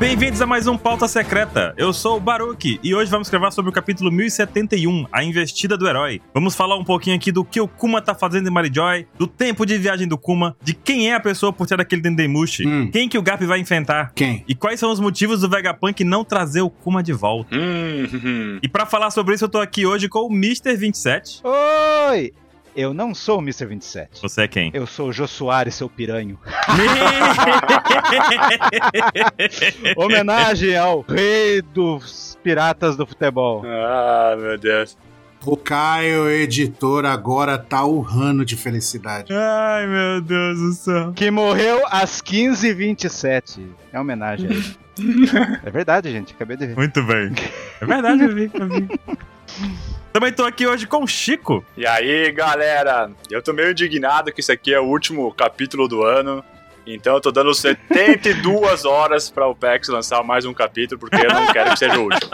Bem-vindos a mais um Pauta Secreta. Eu sou o Baruque e hoje vamos gravar sobre o capítulo 1071, A Investida do Herói. Vamos falar um pouquinho aqui do que o Kuma tá fazendo em Marijoy, do tempo de viagem do Kuma, de quem é a pessoa por trás daquele Dendemushi, Hum. quem que o Gap vai enfrentar Quem? e quais são os motivos do Vegapunk não trazer o Kuma de volta. Hum, E pra falar sobre isso, eu tô aqui hoje com o Mr. 27. Oi! Eu não sou o Mr. 27. Você é quem? Eu sou o Jô Soares, seu piranho. Homenagem ao rei dos piratas do futebol. ah, meu Deus. O Caio, editor, agora tá urrando de felicidade. Ai, meu Deus do céu. Que morreu às 15h27. É homenagem. a ele. é verdade, gente. Acabei de ver. Muito bem. É verdade, eu vi, eu vi. Também tô aqui hoje com o Chico. E aí, galera? Eu tô meio indignado que isso aqui é o último capítulo do ano. Então eu tô dando 72 horas pra o PEX lançar mais um capítulo, porque eu não quero que seja o último.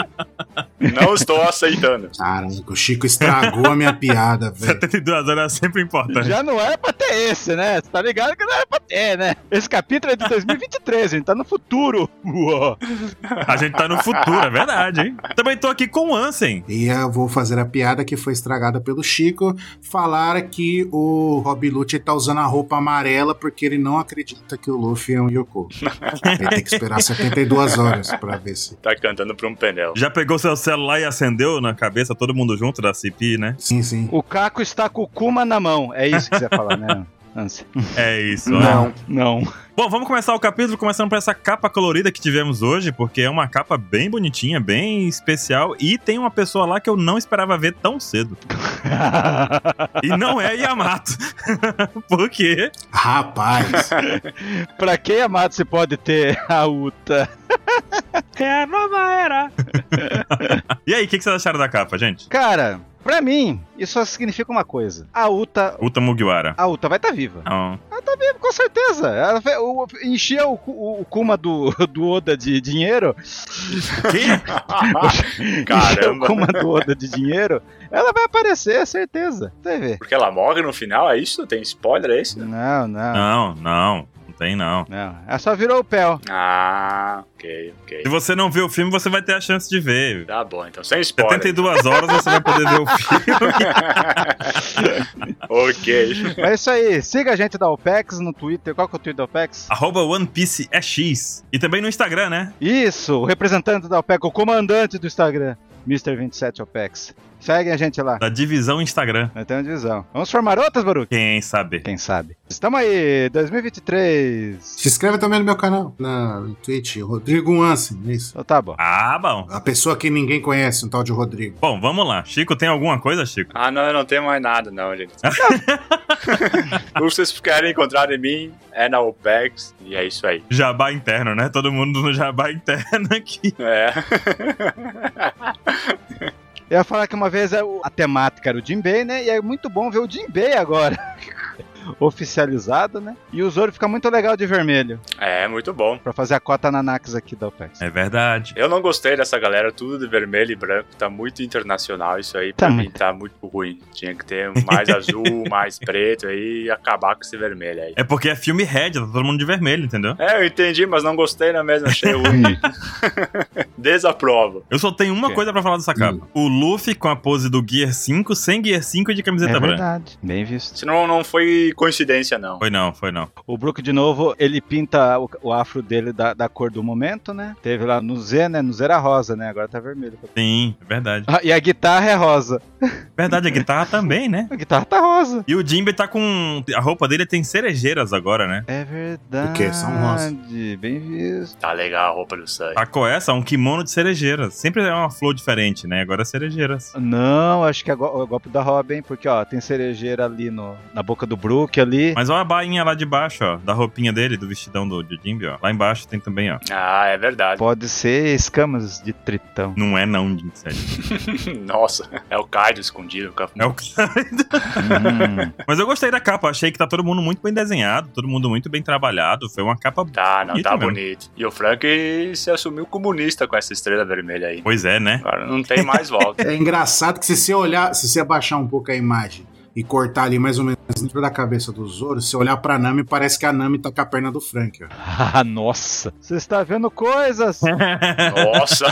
Não estou aceitando. Caraca, o Chico estragou a minha piada, velho. 72 horas é sempre importante. Já não era pra ter esse, né? Você tá ligado que não era pra ter, né? Esse capítulo é de 2023, gente. Tá no futuro. Uou. A gente tá no futuro, é verdade, hein? Também tô aqui com o Ansem. E eu vou fazer a piada que foi estragada pelo Chico. Falar que o Rob Lute tá usando a roupa amarela porque ele não acredita que o Luffy é um Yoko. Ele tem que esperar 72 horas pra ver se. Tá cantando pra um pneu. Já pegou seu celular e acendeu na cabeça todo mundo junto da CP, né? Sim, sim. O Caco está com o Kuma na mão. É isso que você ia falar, né? Anse? É isso, né? Não. Não. Bom, vamos começar o capítulo começando por essa capa colorida que tivemos hoje, porque é uma capa bem bonitinha, bem especial, e tem uma pessoa lá que eu não esperava ver tão cedo. E não é Yamato. por quê? Rapaz. Pra quem amado se pode ter a Uta? É a nova era. e aí, o que, que vocês acharam da capa, gente? Cara, pra mim, isso só significa uma coisa. A Uta. Uta Mugiwara. A Uta vai estar tá viva. Não. Ela tá viva, com certeza. Ela fe- o- encheu o, cu- o- o Kuma do, do Oda de dinheiro. Que? Encheu o Caramba. Kuma do Oda de dinheiro. Ela vai aparecer, é certeza. Você vê. Porque ela morre no final, é isso? Tem spoiler, é isso? Não, não. Não, não. Não tem, não. Não. Ela só virou o pé. Ah, ok, ok. Se você não vê o filme, você vai ter a chance de ver. Tá bom, então, sem spoiler. 72 horas você vai poder ver o filme. ok. É isso aí. Siga a gente da OPEX no Twitter. Qual que é o Twitter da OPEX? Arroba One Piece é X. E também no Instagram, né? Isso, o representante da OPEX, o comandante do Instagram, Mr. 27 OPEX. Seguem a gente lá. Da divisão Instagram. Nós temos divisão. Vamos formar outras, Baruque? Quem sabe? Quem sabe? Estamos aí, 2023. Se inscreve também no meu canal, na no Twitch. Rodrigo Ansem, é isso. Então tá bom. Ah, bom. A pessoa que ninguém conhece, um tal de Rodrigo. Bom, vamos lá. Chico, tem alguma coisa, Chico? Ah, não, eu não tenho mais nada, não, gente. o que vocês querem encontrar em mim é na OPEX, e é isso aí. Jabá interno, né? Todo mundo no jabá interno aqui. É. Eu ia falar que uma vez é o- a temática era o Jinbei, né? E é muito bom ver o Jinbei agora. Oficializado, né? E o Zoro fica muito legal de vermelho. É, muito bom. Pra fazer a cota Nanax aqui da OPEX. É verdade. Eu não gostei dessa galera, tudo de vermelho e branco, tá muito internacional isso aí, pra Tá mim muito. tá muito ruim. Tinha que ter mais azul, mais preto aí e acabar com esse vermelho aí. É porque é filme red, tá todo mundo de vermelho, entendeu? É, eu entendi, mas não gostei na mesma, achei ruim. tá Desaprovo. Eu só tenho uma É. coisa pra falar dessa capa. O Luffy com a pose do Gear 5, sem Gear 5 e de É camiseta branca. verdade. Bem visto. Isso não, não foi coincidência, não. Foi não, foi não. O Brook, de novo, ele pinta o, o afro dele da, da cor do momento, né? Teve lá no Z, né? No Z era rosa, né? Agora tá vermelho. Sim, é verdade. Ah, e a guitarra é rosa. Verdade, a guitarra também, né? A guitarra tá rosa. E o Jimbe tá com. A roupa dele tem cerejeiras agora, né? É verdade. quê? São rosa. Bem visto. Tá legal a roupa do sangue. Tá com essa, um kimono de cerejeiras. Sempre é uma flor diferente, né? Agora é cerejeiras. Não, acho que é go- é o golpe da Robin, porque, ó, tem cerejeira ali no, na boca do Brook ali. Mas olha a bainha lá de baixo, ó. Da roupinha dele, do vestidão do do Jimbe, ó. Lá embaixo tem também, ó. Ah, é verdade. Pode ser escamas de tritão. Não é não, Jimbe, sério. Nossa, é o Kaido escondido. com a- É o cara. Hum. Mas eu gostei da capa. Achei que tá todo mundo muito bem desenhado, todo mundo muito bem trabalhado. Foi uma capa. Tá, não, Bonito tá mesmo. bonito. E o Frank se assumiu comunista com essa estrela vermelha aí. Pois é, né? Agora não tem mais volta. É engraçado que se você olhar, se você abaixar um pouco a imagem e cortar ali mais ou menos dentro da cabeça do Zoro, se olhar pra Nami, parece que a Nami tá com a perna do Frank, ó. Ah, nossa. Você está vendo coisas. É. Nossa,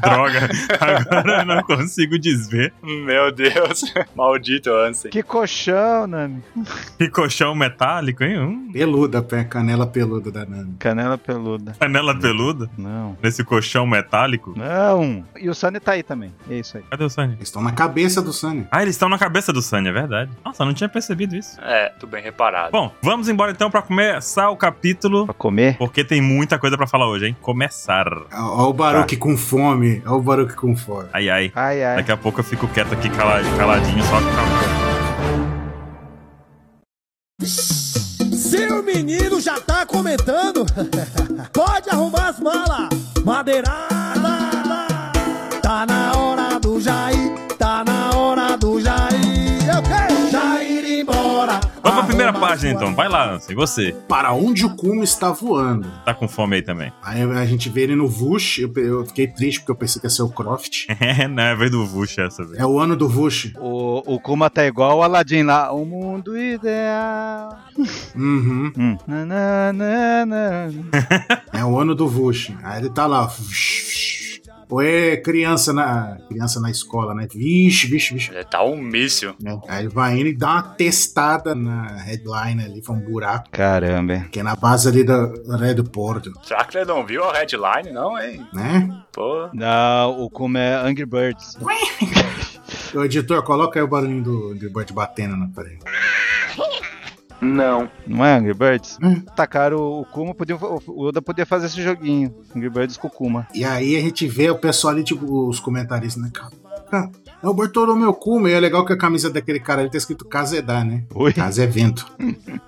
Droga, agora eu não consigo desver. meu Deus. Maldito Ansem. que colchão, Nami. Que colchão metálico, hein? Hum, Peluda, a canela peluda da Nami. Canela peluda. canela peluda Não. nesse colchão metálico. Não. E o Sunny tá aí também. É isso aí. Cadê o Sunny? Eles estão na cabeça do Sunny. Ah, eles estão na cabeça do Sunny, é verdade. Nossa, eu não tinha percebido isso. É, tudo bem reparado. Bom, vamos embora então pra começar o capítulo, Pra comer? porque tem muita coisa pra falar hoje, hein? Começar. Ó, ó o Baruque com fome. Ó o Baruque com fome. Ai, ai. Ai, ai. Daqui a pouco eu fico quieto aqui, cala- caladinho, só Se o menino já tá comentando, pode arrumar as malas, madeirada. Tá na hora do Jair, tá na hora do Jair. Eu quero Jair ir embora. Vamos pra primeira Arruma página sua- então. Vai lá, Ansem. Você Para onde o Kuma está voando? tá com fome aí também. Aí a gente vê ele no Vush. Eu, pe- eu fiquei triste porque eu pensei que ia ser o Croft. É, não, é a vez do Vush essa vez. É o ano do Vush. O, o Kuma tá igual o Aladdin lá. O mundo ideal. Uhum. Hum. Na, na, na, na. É o ano do Vush. Aí ele tá lá. vush, vush. Oi, criança na, criança na escola, né? Vixe, vixe, vixe. Ele tá um míssil. né? Aí vai indo e dá uma testada na headline ali, foi um buraco, Caramba. hein? que é na base ali do, né, do Porto, Será que ele não viu a headline, não, hein? né? Pô. Não, o Kuma é Angry Birds. O editor, coloca aí o barulhinho do, do Bud batendo na parede. Não é Angry Birds? Hum. Tacaram o o Kuma, podia, o Oda podia fazer esse joguinho. Angry Birds com o Kuma. E aí a gente vê o pessoal ali, tipo, os comentaristas, né? Caraca, É o Bartolomeu Kuma, e é legal que a camisa daquele cara ali tá escrito Casedá, né? Oi? Casa é vento.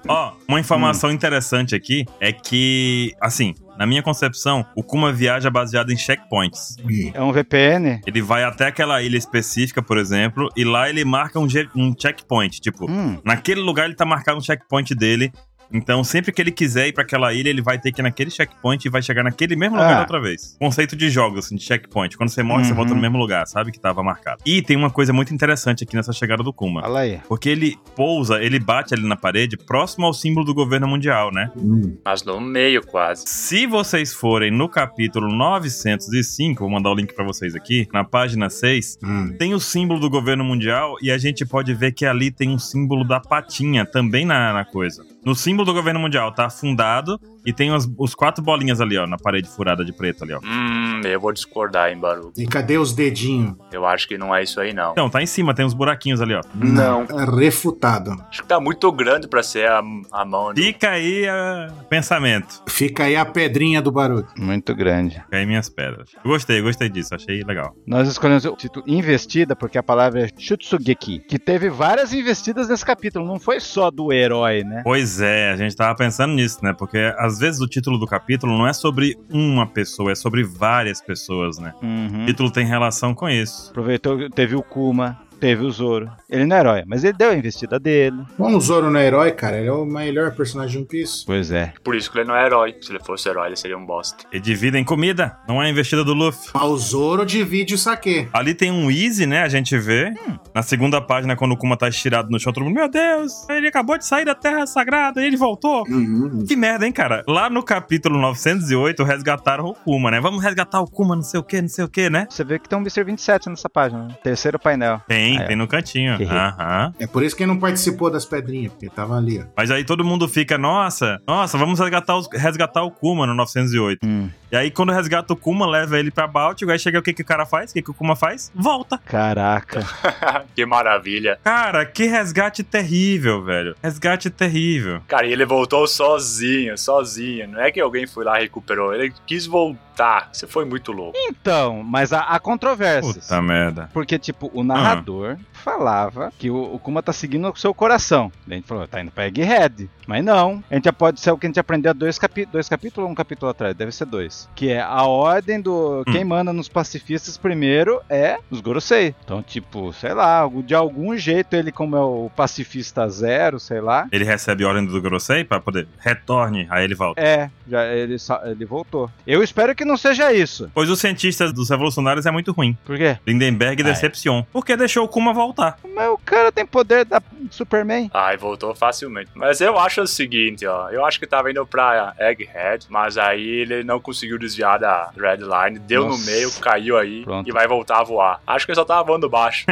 Ó, uma Hum. informação interessante aqui é que, assim, na minha concepção, o Kuma viaja baseado em checkpoints. E É um VPN? Ele vai até aquela ilha específica, por exemplo, e lá ele marca um, je- um checkpoint. Tipo, Hum. naquele lugar ele tá marcado um checkpoint dele. Então, sempre que ele quiser ir pra aquela ilha, ele vai ter que ir naquele checkpoint e vai chegar naquele mesmo lugar Ah. outra vez. Conceito de jogos, assim, de checkpoint. Quando você morre, você Uhum. volta no mesmo lugar, sabe? Que tava marcado. E tem uma coisa muito interessante aqui nessa chegada do Kuma. Fala aí. Porque ele pousa, ele bate ali na parede, próximo ao símbolo do governo mundial, né? hum, Mas no meio, quase. Se vocês forem no capítulo 905, vou mandar o link pra vocês aqui, na página 6, hum. tem o símbolo do governo mundial e a gente pode ver que ali tem um símbolo da patinha também na, na coisa. No símbolo do governo mundial tá afundado e tem os, os quatro bolinhas ali, ó, na parede furada de preto ali, ó. Hum, eu vou discordar, hein, Baru. E cadê os dedinhos? Eu acho que não é isso aí, não. Então, tá em cima, tem uns buraquinhos ali, ó. Não. Refutado. Acho que tá muito grande pra ser a, a mão. do- Fica aí o pensamento. Fica aí a pedrinha do barulho. Muito grande. Fica aí minhas pedras. Eu Gostei, gostei disso, achei legal. Nós escolhemos o título investida porque a palavra é Shutsugeki, que teve várias investidas nesse capítulo, não foi só do herói, né? Pois é, a gente tava pensando nisso, né? Porque às vezes o título do capítulo não é sobre uma pessoa, é sobre várias pessoas, né? O Uhum. título tem relação com isso. Aproveitou, que teve o Kuma, teve o Zoro. Ele não é herói, mas ele deu a investida dele. Bom, o Zoro não é herói, cara. Ele é o melhor personagem de One Piece. Pois é. Por isso que ele não é herói. Se ele fosse herói, ele seria um bosta. E dividem comida, não é a investida do Luffy. Mas Ah, o Zoro divide o saque. Ali tem um Easy, né? A gente vê. Hum. Na segunda página, quando o Kuma tá estirado no chão, todo mundo, meu Deus, ele acabou de sair da Terra Sagrada e ele voltou. Que merda, hein, cara? Lá no capítulo 908, resgataram o Kuma, né? Vamos resgatar o Kuma, não sei o que, não sei o que, né? Você vê que tem um Mr. 27 nessa página, né? terceiro painel. Tem, Ah, é. tem no cantinho. Aham. É por isso que ele não participou das pedrinhas, porque tava ali, ó. Mas aí todo mundo fica, nossa, nossa, vamos resgatar, os- resgatar o Kuma no 908. Hum. E aí quando resgata o Kuma, leva ele pra Báltico, aí chega o que, que o cara faz? O que, que o Kuma faz? Volta. Caraca. que maravilha. Cara, que resgate terrível, velho. Resgate terrível. Cara, e ele voltou sozinho, sozinho. Não é que alguém foi lá e recuperou. Ele quis voltar. Você foi muito louco. Então, mas há, há controvérsias. Puta merda. Porque, tipo, o narrador falava que o, o Kuma tá seguindo o seu coração. Daí a gente falou, tá indo é pra Egghead. Mas não. A gente já pode ser o que a gente aprendeu há dois, capi dois capítulos ou um capítulo atrás? Deve ser dois. pacifistas. Que é a ordem do. Quem manda nos pacifistas primeiro é os Gorosei. Então, tipo, sei lá, de algum jeito ele, como é o pacifista zero, sei lá. Ele recebe ordem do Gorosei pra poder retorne, aí ele volta. É, já ele, sa- ele voltou. Eu espero que não seja isso. Pois os cientistas dos revolucionários é muito ruim. Por quê? Lindenberg e Ah, é. Decepcion. Porque deixou o Kuma voltar. Mas o cara tem poder da Superman. Ai, voltou facilmente. Mas eu acho o seguinte, ó. Eu acho que tava indo pra Egghead, mas aí ele não conseguiu desviar da Red Line, deu Nossa. no meio, caiu aí Pronto. e vai voltar a voar. Acho que ele só tava voando baixo.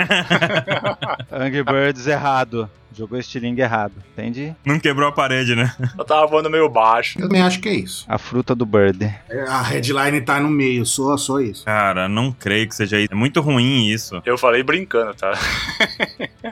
Angry Birds errado. Jogou estilingue errado. Entende? Não quebrou a parede, né? só tava voando meio baixo. Eu também acho que é isso. A fruta do Bird. É, A headline tá no meio, só, só isso. Cara, não creio que seja isso. É muito ruim isso. Eu falei brincando, tá?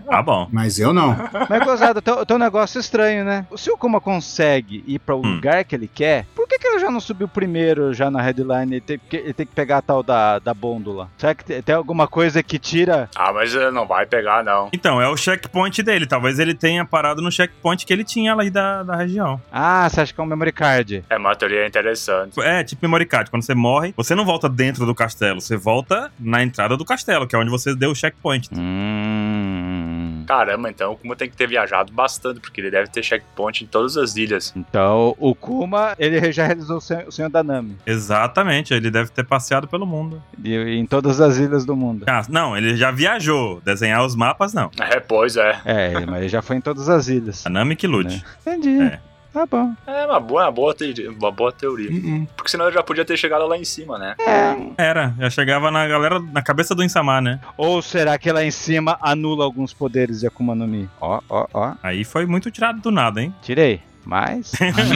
Tá bom. Mas eu não. Mas, gozado, tem, tem um negócio estranho, né? Se o Kuma consegue ir pra o Hum. lugar que ele quer, por que, que ele já não subiu primeiro já na headline? Ele tem, que- ele tem que pegar a tal da, da bôndola. Será que te- tem alguma coisa que tira? Ah, mas eh, não vai pegar, não. Então, é o checkpoint dele. Talvez ele tenha parado no checkpoint que ele tinha lá aí da, da região. Ah, você acha que é um memory card? É uma teoria interessante. É, tipo memory card. Quando você morre, você não volta dentro do castelo. Você volta na entrada do castelo, que é onde você deu o checkpoint. Hum. Caramba, então o Kuma tem que ter viajado bastante, porque ele deve ter checkpoint em todas as ilhas. Então, o Kuma, ele já realizou o sonho, o sonho da Nami. Exatamente. Ele deve ter passeado pelo mundo. E, em todas as ilhas do mundo. Ah, não, ele já viajou. Desenhar os mapas, não. É, pois é. É, mas ele já foi em todas as ilhas. A Nami que lute. Entendi. É. Tá bom. É uma boa, uma boa, te- uma boa teoria. Hum, hum. Porque senão ele já podia ter chegado lá em cima, né? Era, já chegava na galera, na cabeça do Insamar, né? Ou será que lá em cima anula alguns poderes de Akuma no Mi? Ó, ó, ó. Aí foi muito tirado do nada, hein? Tirei. Mas.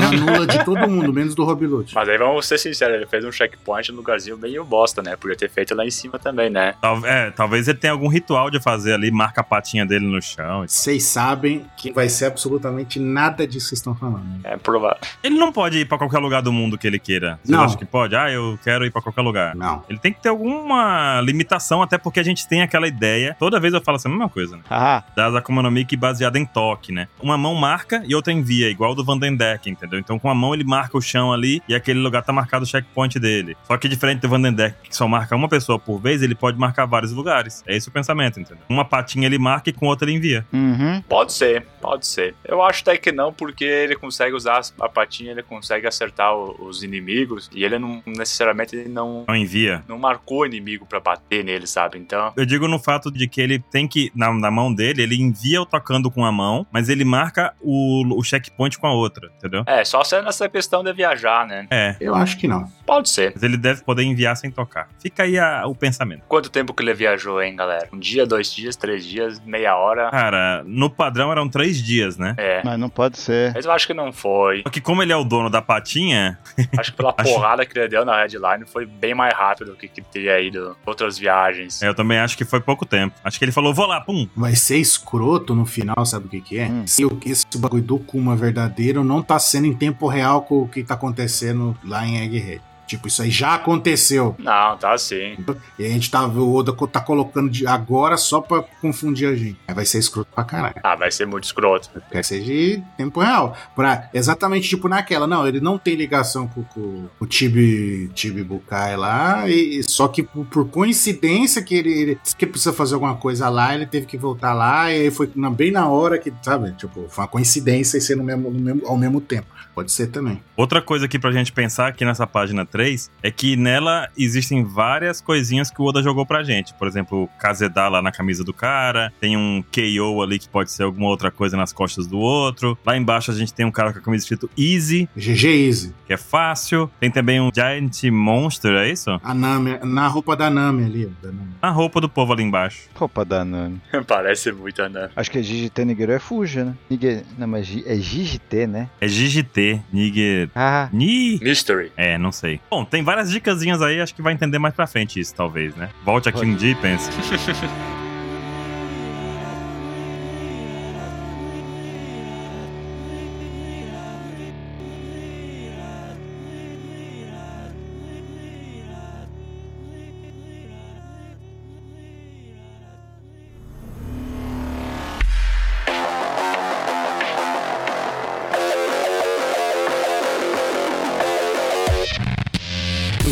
Anula de todo mundo, menos do Robilute. Mas aí vamos ser sinceros, ele fez um checkpoint num lugarzinho meio bosta, né? Podia ter feito lá em cima também, né? Tal- é, talvez ele tenha algum ritual de fazer ali, marca a patinha dele no chão. Vocês sabem que vai ser absolutamente nada disso que vocês estão falando. É provável. Ele não pode ir pra qualquer lugar do mundo que ele queira. Vocês Não. acham que pode? Ah, eu quero ir pra qualquer lugar. Não. Ele tem que ter alguma limitação, até porque a gente tem aquela ideia. Toda vez eu falo essa mesma coisa, né? Haha. Das Akuma no Mi que baseada em toque, né? Uma mão marca e outra envia, igual do Van Den Deck, entendeu? Então com a mão ele marca o chão ali e aquele lugar tá marcado o checkpoint dele. Só que diferente do Van Den Deck, que só marca uma pessoa por vez, ele pode marcar vários lugares. É esse o pensamento, entendeu? Uma patinha ele marca e com outra ele envia. Uhum. Pode ser, pode ser. Eu acho até que não, porque ele consegue usar a patinha, ele consegue acertar o- os inimigos, e ele não necessariamente ele não, Não envia. não marcou o inimigo pra bater nele, sabe? Então, Eu digo no fato de que ele tem que, na, na mão dele, ele envia o tocando com a mão, mas ele marca o, o checkpoint com a outra, entendeu? é, só sendo essa questão de viajar, né? É. Eu acho que não. Pode ser. Mas ele deve poder enviar sem tocar. Fica aí a- o pensamento. Quanto tempo que ele viajou, hein, galera? Um dia, dois dias, três dias, meia hora? Cara, no padrão eram três dias, né? É. Mas não pode ser. Mas eu acho que não foi. Só que como ele é o dono da patinha, Acho que pela Acho- porrada que ele deu na headline foi bem mais rápido que, que teria ido outras viagens. eu também acho que foi pouco tempo. Acho que ele falou, vou lá, pum. Vai ser escroto no final, sabe o que que é? Hum. Se o- esse bagulho do Kuma verdadeiro não tá sendo em tempo real com o que tá acontecendo lá em Egghead. Tipo, isso aí já aconteceu. Não, tá sim. E a gente tá, o Oda co- tá colocando de agora só pra confundir a gente. Aí vai ser escroto pra caralho. Ah, vai ser muito escroto. Eu Quero que seja de tempo real. Pra, exatamente tipo naquela. Não, ele não tem ligação com, com- com o Tibi, Tibi Bukai lá. E, e só que por, por coincidência que ele, ele disse que precisa fazer alguma coisa lá, ele teve que voltar lá. E aí foi na- bem na hora que, sabe? Tipo, foi uma coincidência e ser no mesmo, no mesmo- ao mesmo tempo. Pode ser também. Outra coisa aqui pra gente pensar aqui nessa página 3 é que nela existem várias coisinhas que o Oda jogou pra gente. Por exemplo, o Kazedá lá na camisa do cara, tem um KO ali que pode ser alguma outra coisa nas costas do outro. Lá embaixo a gente tem um cara com a camisa escrito Easy, GG Easy. que é fácil. Tem também um Giant Monster, é isso? A Nami, na roupa da Nami ali. ó, da Nami. Na roupa do povo ali embaixo. Opa, Danone. Parece muito, né? Acho que é Gigite Nigero é Fuja, né? Nige... Não, mas Gi- é Gigite, né? É GGT, Niger. Ah, Ni. Mystery. É, não sei. Bom, tem várias dicasinhas aí, acho que vai entender mais pra frente isso, talvez, né? Volte aqui um dia e pense.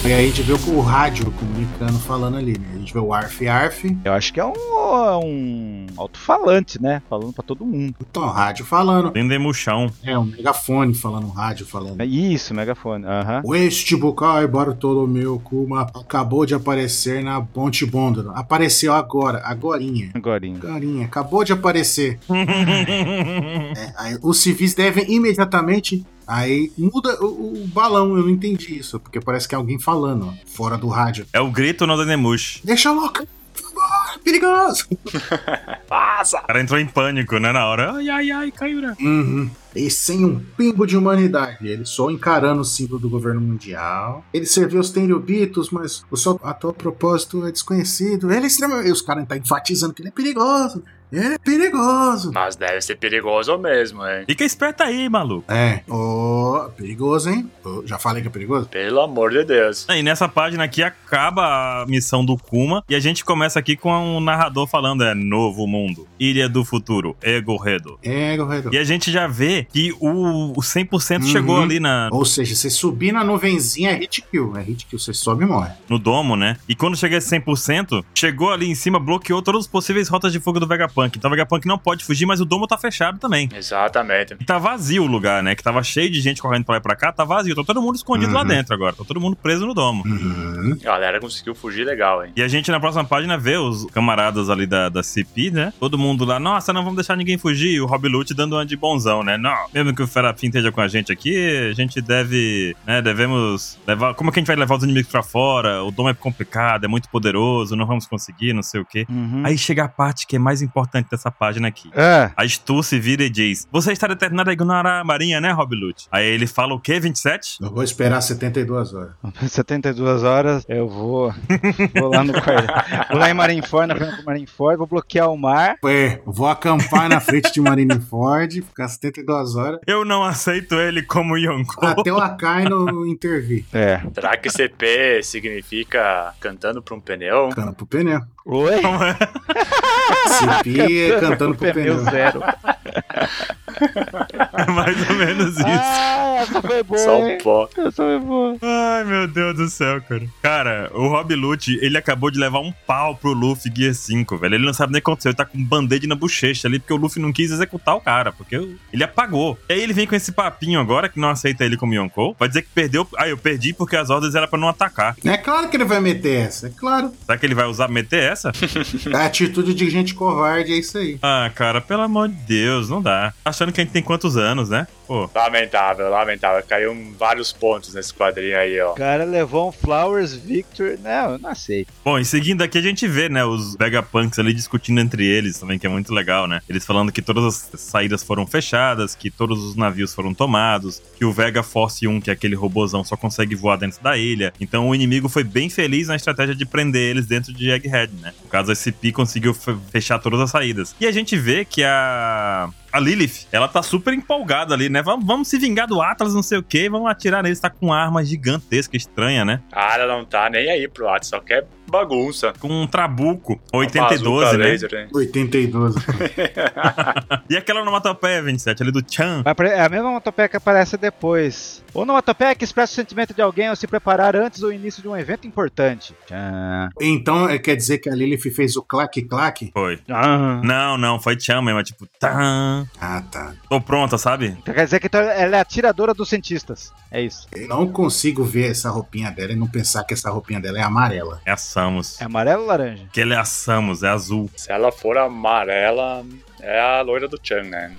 E aí a gente vê o rádio comunicando, falando ali, né? A gente vê o Arf Arf, Eu acho que é um, um alto-falante, né? Falando pra todo mundo. então o rádio falando. Tem demuchão. É, um megafone falando, um rádio falando. É Isso, megafone. Aham. O este bucal Bartolomeu Kuma acabou de aparecer na Ponte Bôndolo. Apareceu agora, agorinha. Agorinha. Agorinha, acabou de aparecer. É, aí os civis devem imediatamente. Aí muda o, o balão, eu não entendi isso, porque parece que é alguém falando, ó, fora do rádio. É o grito no Denemush. Deixa louca! vambora, Perigoso! O cara entrou em pânico, né? Na hora. Ai, ai, ai, né? Kaira. Uhum. E sem um pingo de humanidade. Ele só encarando o símbolo do governo mundial. Ele serviu os tenryubitos, mas o seu atual propósito é desconhecido. Ele é extremamente. E os caras tá enfatizando que ele é perigoso. Ele é perigoso. Mas deve ser perigoso mesmo, hein? Fica esperto aí, maluco. É. Ô, perigoso, hein? Ô, já falei que é perigoso? Pelo amor de Deus. E nessa página aqui acaba a missão do Kuma e a gente começa aqui com um narrador falando: é Novo Mundo, Ilha do Futuro, Egorredo. É, correto. E a gente já vê que o, o 100% chegou Uhum. ali na, Ou seja, você subir na nuvenzinha é hit kill. É hit kill, você sobe e morre. no domo, né? E quando chega a esse 100%, chegou ali em cima, bloqueou todas as possíveis rotas de fuga do Vegapunk. Então o Vegapunk não pode fugir, mas o domo tá fechado também. Exatamente. E tá vazio o lugar, né? Que tava cheio de gente correndo pra lá e pra cá, tá vazio. Tá todo mundo escondido lá Uhum. dentro agora. Tá todo mundo preso no domo. Uhum. A galera conseguiu fugir legal, hein? E a gente na próxima página vê os camaradas ali da, da CP, né? Todo mundo lá, nossa, não vamos deixar ninguém fugir. E o Rob Lute dando uma de bonzão, né? Não, mesmo que o Ferafim esteja com a gente aqui, a gente deve, né? Devemos levar. Como é que a gente vai levar os inimigos pra fora? O dom é complicado, é muito poderoso, não vamos conseguir, não sei o quê. Uhum. Aí chega a parte que é mais importante dessa página aqui. Ah, A Stu se vira e diz: Você está determinado a ignorar a Marinha, né, Rob Lute? Aí ele fala o quê, 27? Eu vou esperar 72 horas. 72 horas, eu vou, vou lá no quartel. Vou lá em Marineford, na frente do Marineford, vou bloquear o mar. É, vou acampar na frente de Marineford, ficar 72 horas. Eu não aceito ele como Yonkou. Até o Akaino intervir. É. Será que CP significa cantando pra um pneu? Cantando pro pneu. Oi? Cipi cantando pro pneu. zero. É mais ou menos isso. Ah, essa foi boa. Só um hein? o pó. Essa foi boa. Ai, meu Deus do céu, cara. Cara, o Rob Lute, ele acabou de levar um pau pro Luffy Gear 5, velho. Ele não sabe nem o que aconteceu. Ele tá com um band-aid na bochecha ali, porque o Luffy não quis executar o cara, porque o- ele apagou. E aí ele vem com esse papinho agora, que não aceita ele como Yonkou. Vai dizer que perdeu. Ah, eu perdi porque as ordens eram pra não atacar. É claro que ele vai meter essa, é claro. Será que ele vai usar meter essa? A atitude de gente covarde é isso aí. Ah, cara, pelo amor de Deus, não dá. Achando que a gente tem quantos anos, né? Pô, Lamentável, lamentável. Caiu vários pontos nesse quadrinho aí, ó. O cara levou um Flowers Victor. Não, eu não aceito. Bom, e seguindo aqui a gente vê, né, os Vegapunks ali discutindo entre eles também, que é muito legal, né? Eles falando que todas as saídas foram fechadas, que todos os navios foram tomados, que o Vega Force 1, que é aquele robozão, só consegue voar dentro da ilha. Então o inimigo foi bem feliz na estratégia de prender eles dentro de Egghead, né? No caso, a SCP conseguiu fe- fechar todas as saídas. E a gente vê que a... A Lilith, ela tá super empolgada ali, né? Vamos, vamos se vingar do Atlas, não sei o quê, vamos atirar neles. Tá com uma arma gigantesca, estranha, né? Ah, ela não tá nem aí pro lado, só quer bagunça. com um trabuco Uma 82, bazuca né? laser, hein? 82. E aquela onomatopeia 27 ali do Chan. Mas É a mesma onomatopeia que aparece depois. Onomatopeia que expressa o sentimento de alguém ao se preparar antes do início de um evento importante. Tchan. Então é, quer dizer que a Lilith fez o claque-claque? Foi. Ah. Não, não, foi Chan mesmo, é tipo, tan. Ah, tá. Tô pronta, sabe? Então Quer dizer que então ela é a tiradora dos cientistas. É isso. Eu não consigo ver essa roupinha dela e não pensar que essa roupinha dela é amarela. É a Samus. É amarelo ou laranja? Que ele é a Samus, é azul. Se ela for amarela, é a loira do Chan, né?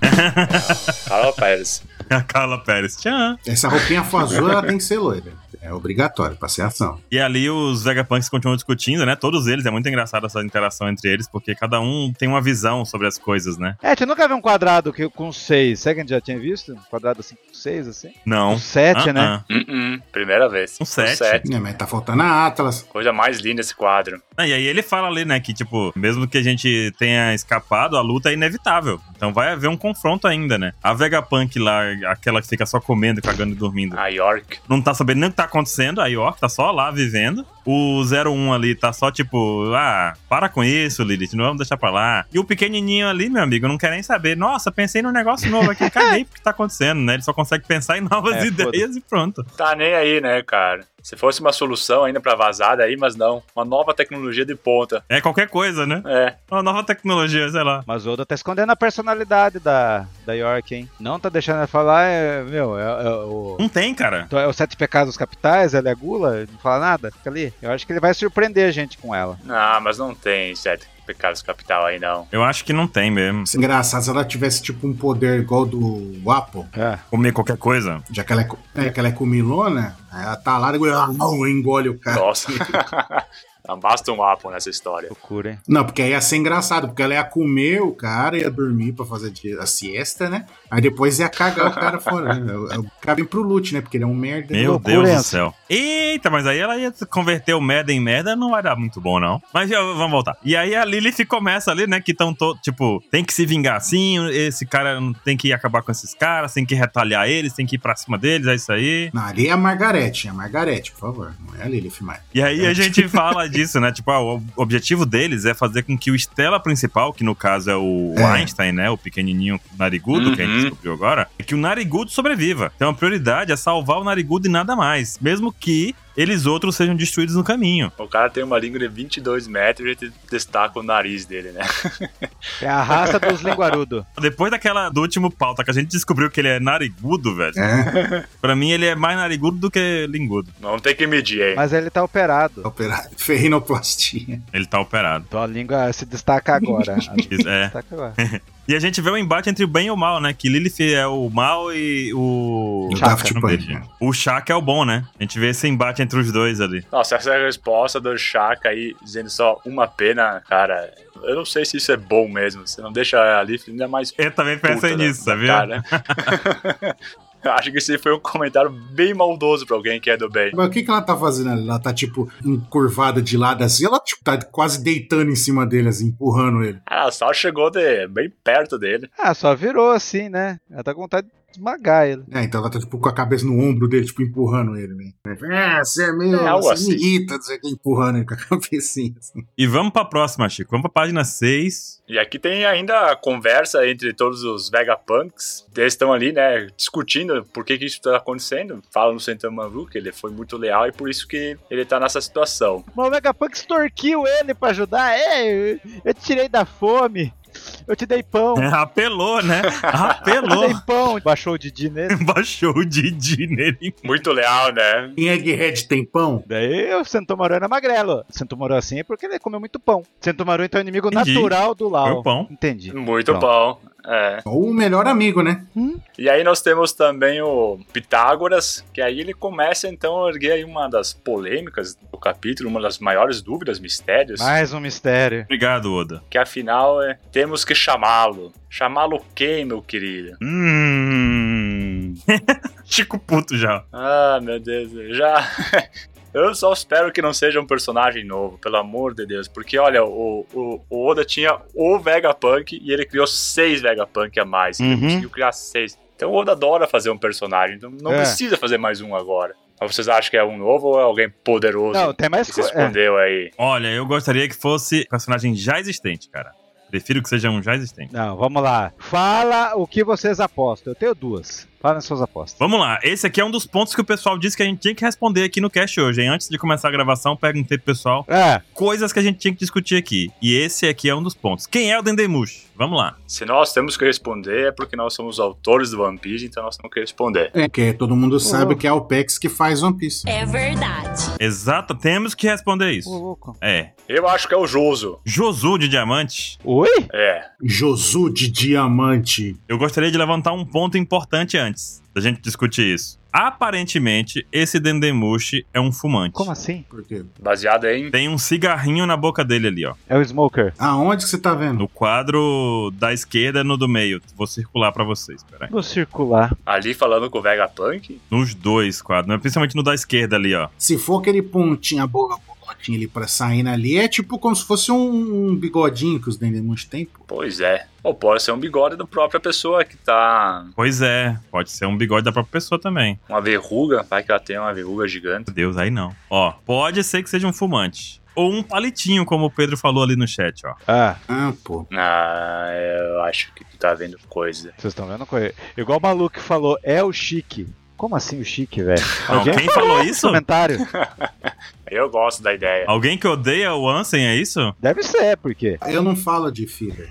Carol Pérez. É a Carla Pérez. Chan. Essa roupinha for azul, ela tem que ser loira. É obrigatório pra ser ação. E ali os Vegapunks continuam discutindo, né? Todos eles. É muito engraçado essa interação entre eles, porque cada um tem uma visão sobre as coisas, né? É, tu nunca viu um quadrado que, com seis. Será que a gente já tinha visto? Um quadrado assim com seis, assim? Não. Com sete, né? Ah, ah. Uh-uh, Primeira vez. Um sete. É, mas tá faltando a Atlas. Coisa mais linda esse quadro. Ah, E aí ele fala ali, né, que, tipo, mesmo que a gente tenha escapado, a luta é inevitável. Então vai haver um confronto ainda, né? A Vegapunk lá, aquela que fica só comendo, cagando e dormindo, A York. não tá sabendo nem o que tá acontecendo, a York tá só lá vivendo. O 01 ali tá só tipo, ah, para com isso, Lilith, não vamos deixar pra lá. E o pequenininho ali, meu amigo, não quer nem saber. Nossa, pensei num negócio novo aqui, caguei porque tá acontecendo, né? Ele só consegue pensar em novas É, ideias e pronto. Tá nem aí, né, cara? Se fosse uma solução ainda pra vazada aí, mas não. Uma nova tecnologia de ponta. É qualquer coisa, né? É. Uma nova tecnologia, sei lá. Mas o Oda tá escondendo a personalidade da, da York, hein? Não tá deixando ela falar, é, meu, é, é o. Não tem, cara. Então, é os sete pecados capitais, ela é gula, não fala nada, fica ali. Eu acho que ele vai surpreender a gente com ela. Ah, mas não tem sete pecados capital aí, não. Eu acho que não tem mesmo. Engraçado se ela tivesse tipo um poder igual do Apple, É. Comer qualquer coisa. já que ela é, co- é, que ela é comilona, ela tá lá e engole- ah, não, engole o cara. Nossa. não basta um Apple nessa história. Loucura, hein? Não, porque aí ia ser engraçado, porque ela ia comer o cara, ia dormir pra fazer di- a siesta, né? Aí depois ia cagar o cara fora. Né? O- O cara vem pro loot, né? Porque ele é um merda. Meu loucura Deus é do essa? céu. Eita, mas aí ela ia converter o merda em merda, não vai dar muito bom, não. Mas já, vamos voltar. E aí a Lilith começa ali, né? Que estão todo. Tipo, tem que se vingar assim, esse cara não- tem que acabar com esses caras, tem que retaliar eles, tem que ir pra cima deles, é isso aí. Não, ali é a Margarete, é a Margarete, por favor. Não é a Lilith mais. E aí a gente fala disso, né? Tipo, ah, o objetivo deles é fazer com que o Estela principal, que no caso é o É. Einstein, né? O pequenininho narigudo que a gente Uhum. descobriu agora, é que o narigudo sobreviva. Então a prioridade é salvar o narigudo e nada mais, mesmo que eles outros sejam destruídos no caminho. O cara tem uma língua de 22 metros e a gente destaca o nariz dele, né? É a raça dos linguarudos. Depois daquela do último pauta que a gente descobriu que ele é narigudo, velho. É, Pra mim ele é mais narigudo do que lingudo. Não tem que medir aí. Mas ele tá É operado. operário. Ferrinoplastia. Ele tá operado. Então a língua se destaca agora. A língua Isso, se É. destaca agora. E a gente vê o embate entre o bem e o mal, né? Que Lilith é o mal e o. O Daft Não Punk. vejo. né? O Shaq é o bom, né? A gente vê esse embate entre os dois ali. Nossa, essa é resposta do Chaka aí, dizendo só uma pena, cara. Eu não sei se isso é bom mesmo. Você não deixa a Leaf ainda mais. Eu também pensei puta, né, nisso, sabia? cara. Acho que esse foi um comentário bem maldoso pra alguém que é do bem. Mas o que, que ela tá fazendo ali? Ela tá, tipo, encurvada de lado assim. Ela, tipo, tá quase deitando em cima dele, assim, empurrando ele. Ela Ah, só chegou de- bem perto dele. Ah, só virou assim, né? Ela tá com vontade de esmagar ele. É, então ela tá, tipo, com a cabeça no ombro dele, tipo, empurrando ele, né? É, você é meio. É, algo você me assim. irrita, não sei o que, empurrando ele com a cabecinha, assim. E vamos pra próxima, Chico. Vamos pra página 6. E aqui tem ainda a conversa entre todos os Vegapunks. Eles estão ali, né, discutindo por que, que isso tá acontecendo. Falam no Sentama Manru que ele foi muito leal e por isso que ele tá nessa situação. Mas o Megapunk extorquiu ele pra ajudar. É, eu- eu te tirei da fome. Eu te dei pão. É, apelou, né? Eu te Apelou. dei pão. Baixou o Didi nele. Baixou o Didi nele. Muito leal, né? Em Egghead tem pão? Daí o Sentomaru era magrelo. Sentomaru assim é porque ele comeu muito pão. Sentomaru então é o inimigo Entendi. natural Foi do o Lau. pão. Entendi. Muito bom. É. Ou o melhor amigo, né? E aí nós temos também o Pitágoras, que aí ele começa então a erguer aí uma das polêmicas do capítulo, uma das maiores dúvidas, mistérios, Mais um mistério. Obrigado, Oda. que afinal é temos que chamá-lo. Chamá-lo quem, meu querido? Hum. Chico puto já. Ah, meu Deus, eu já Eu só espero que não seja um personagem novo, pelo amor de Deus. Porque, olha, o, o, o Oda tinha o Vegapunk e ele criou seis Vegapunk a mais. Ele Uhum. conseguiu criar seis. Então o Oda adora fazer um personagem, então não É. precisa fazer mais um agora. Mas vocês acham que é um novo ou é alguém poderoso Não, tem mais que se coisa. É. escondeu aí? Olha, eu gostaria que fosse personagem já existente, cara. Prefiro que seja um já existente. Não, vamos lá. Fala o que vocês apostam. Eu tenho duas. Fala as suas apostas. Vamos lá, esse aqui é um dos pontos que o pessoal disse que a gente tinha que responder aqui no cast hoje, hein? Antes de começar a gravação, perguntei pro pessoal É, coisas que a gente tinha que discutir aqui. E esse aqui é um dos pontos. Quem é o Dendemushi? Vamos lá. Se nós temos que responder, é porque nós somos autores do One Piece, então nós temos que responder. É, porque todo mundo sabe Oh. que é o Pex que faz One Piece. É verdade. Exato, temos que responder ô isso. louco. É. Eu acho que é o Joso. Josu de Diamante, Oi? É. Josu de Diamante. eu gostaria de levantar um ponto importante antes da gente discutir isso. Aparentemente, esse Dendemushi é um fumante. Como assim? Por quê? Baseado em. Tem um cigarrinho na boca dele ali, ó. É o Smoker. Aonde que você tá vendo? No quadro da esquerda, no do meio. Vou circular pra vocês, peraí. Vou circular. Ali falando com o Vegapunk? Nos dois quadros, né? principalmente no da esquerda ali, ó. Se for aquele pontinho, a bola, bolotinha ali pra saindo ali, é tipo como se fosse um, um bigodinho que os Dendemuns têm. pô. Pois é. Ou pode ser um bigode da própria pessoa que tá. Pois é, pode ser um bigode da própria pessoa também. Uma verruga, vai que ela tem uma verruga gigante. Meu Deus, aí não. Ó, pode ser que seja um fumante. Ou um palitinho, como o Pedro falou ali no chat, ó. Ah, Ah, pô. Ah, eu acho que tu tá vendo coisa. vocês estão vendo? coisa? Igual o maluco que falou, é o chique. Como assim o chique, velho? Não, Alguém um quem falou isso? comentário? Eu gosto da ideia. Alguém que odeia o Ansem, é isso? Deve ser, por quê? Eu não falo de filler.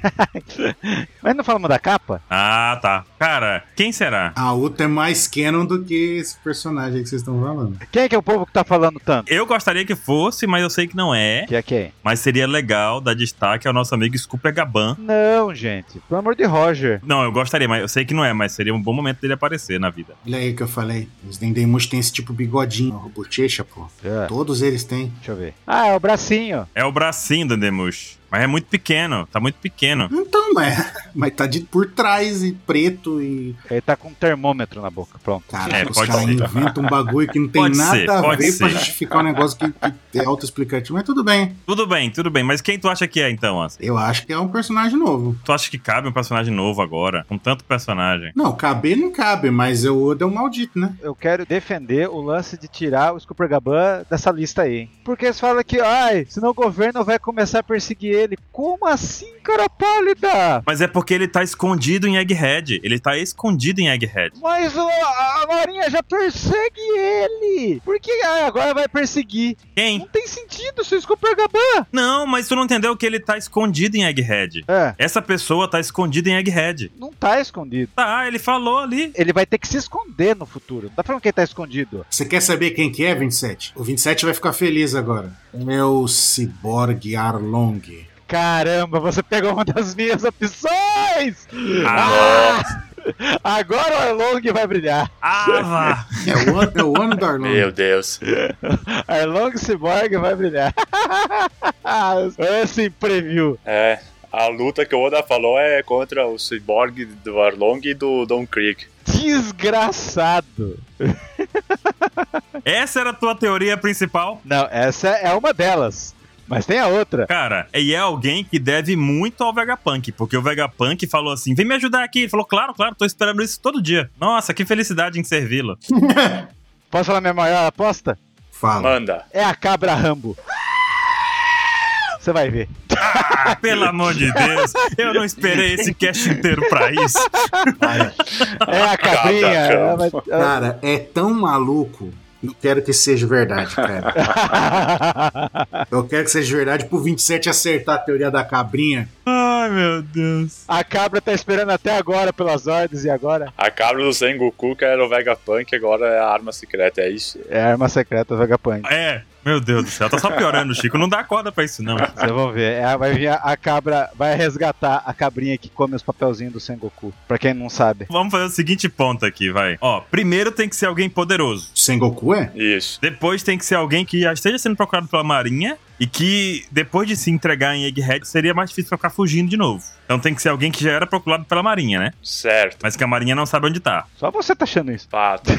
Mas não falamos da capa? Ah, tá. Cara, quem será? A Uta é mais canon do que esse personagem aí que vocês estão falando. Quem é que é o povo que tá falando tanto? Eu gostaria que fosse, mas eu sei que não é. Que é quem? Mas seria legal dar destaque ao nosso amigo Scoop Gaban. Não, gente. Pelo amor de Roger. Não, eu gostaria, mas eu sei que não é, mas seria um bom momento dele aparecer na vida. Olha aí o que eu falei. Os Dendemush têm esse tipo bigodinho, bochecha, pô. Tá. É, Todos eles têm. deixa eu ver. Ah, é o bracinho. É o bracinho do Endemush. Mas é muito pequeno, tá muito pequeno. Então, mas, mas tá de por trás e preto e. Ele tá com um termômetro na boca. Pronto. Cara, É, os pode caras ser. inventam um bagulho que não tem Pode nada ser, a pode ver pra ser. justificar um negócio que, que é autoexplicativo. Mas tudo bem. Tudo bem, tudo bem. Mas quem tu acha que é, então, Ansem? Eu acho que é um personagem novo. Tu acha que cabe um personagem novo agora? Com tanto personagem. Não, caber não cabe, mas o Oda é um maldito, né? Eu quero defender o lance de tirar o Scooper Gaban dessa lista aí. hein? Porque eles falam que, ai, senão o governo vai começar a perseguir ele. Como assim, cara pálida? Mas é porque ele tá escondido em Egghead. Ele tá escondido em Egghead. Mas o- a Laurinha já persegue ele. Por que ai, agora vai perseguir? Não Quem? tem sentido, seu Scooper Gaban. Não, mas tu não entendeu que ele tá escondido em Egghead. É, Essa pessoa tá escondida em Egghead. não tá escondido. Tá, ele falou ali. Ele vai ter que se esconder no futuro. Não tá falando que ele tá escondido. Você quer saber quem que é, 27? O 27 vai ficar feliz agora. Meu ciborgue Arlong. Caramba, você pegou uma das minhas opções! Ah, Agora o Arlong vai brilhar. ah, É o ano, é o ano do Arlong. Meu Deus. Arlong Cyborg vai brilhar. Esse preview. É. A luta que o Oda falou é contra o Cyborg do Arlong e do Don Creek. Desgraçado. Essa era a tua teoria principal? Não, essa é uma delas. Mas tem a outra. Cara, e é alguém que deve muito ao Vegapunk, porque o Vegapunk falou assim: vem me ajudar aqui. Ele falou, claro, claro, tô esperando isso todo dia. Nossa, que felicidade em servi-lo. Posso falar minha maior aposta? Fala. Manda. É a cabra Rambo. Você vai ver. Ah, pelo amor de Deus, eu não esperei esse cast inteiro pra isso. É a cabrinha. Cabra ela vai- ela- Cara, é tão maluco. Não quero que seja verdade, cara. Eu quero que seja verdade pro 27 acertar a teoria da cabrinha. Ai, meu Deus. a cabra tá esperando até agora pelas ordens e agora A cabra do Sengoku, que era o Vegapunk, agora é a arma secreta. É isso. é a arma secreta do Vegapunk. É, meu Deus do céu, tá só piorando, Chico. Não dá corda pra isso, não. Vocês vão ver. É, vai vir a, a cabra, vai resgatar a cabrinha que come os papelzinhos do Sengoku. Pra quem não sabe. Vamos fazer o seguinte ponto aqui, vai. Ó, primeiro tem que ser alguém poderoso. Sengoku é? Isso. Depois tem que ser alguém que já esteja sendo procurado pela Marinha e que, depois de se entregar em Egghead, seria mais difícil ficar fugindo de novo. Então tem que ser alguém que já era procurado pela Marinha, né? Certo. Mas que a Marinha não sabe onde tá. Só você tá achando isso. Fato.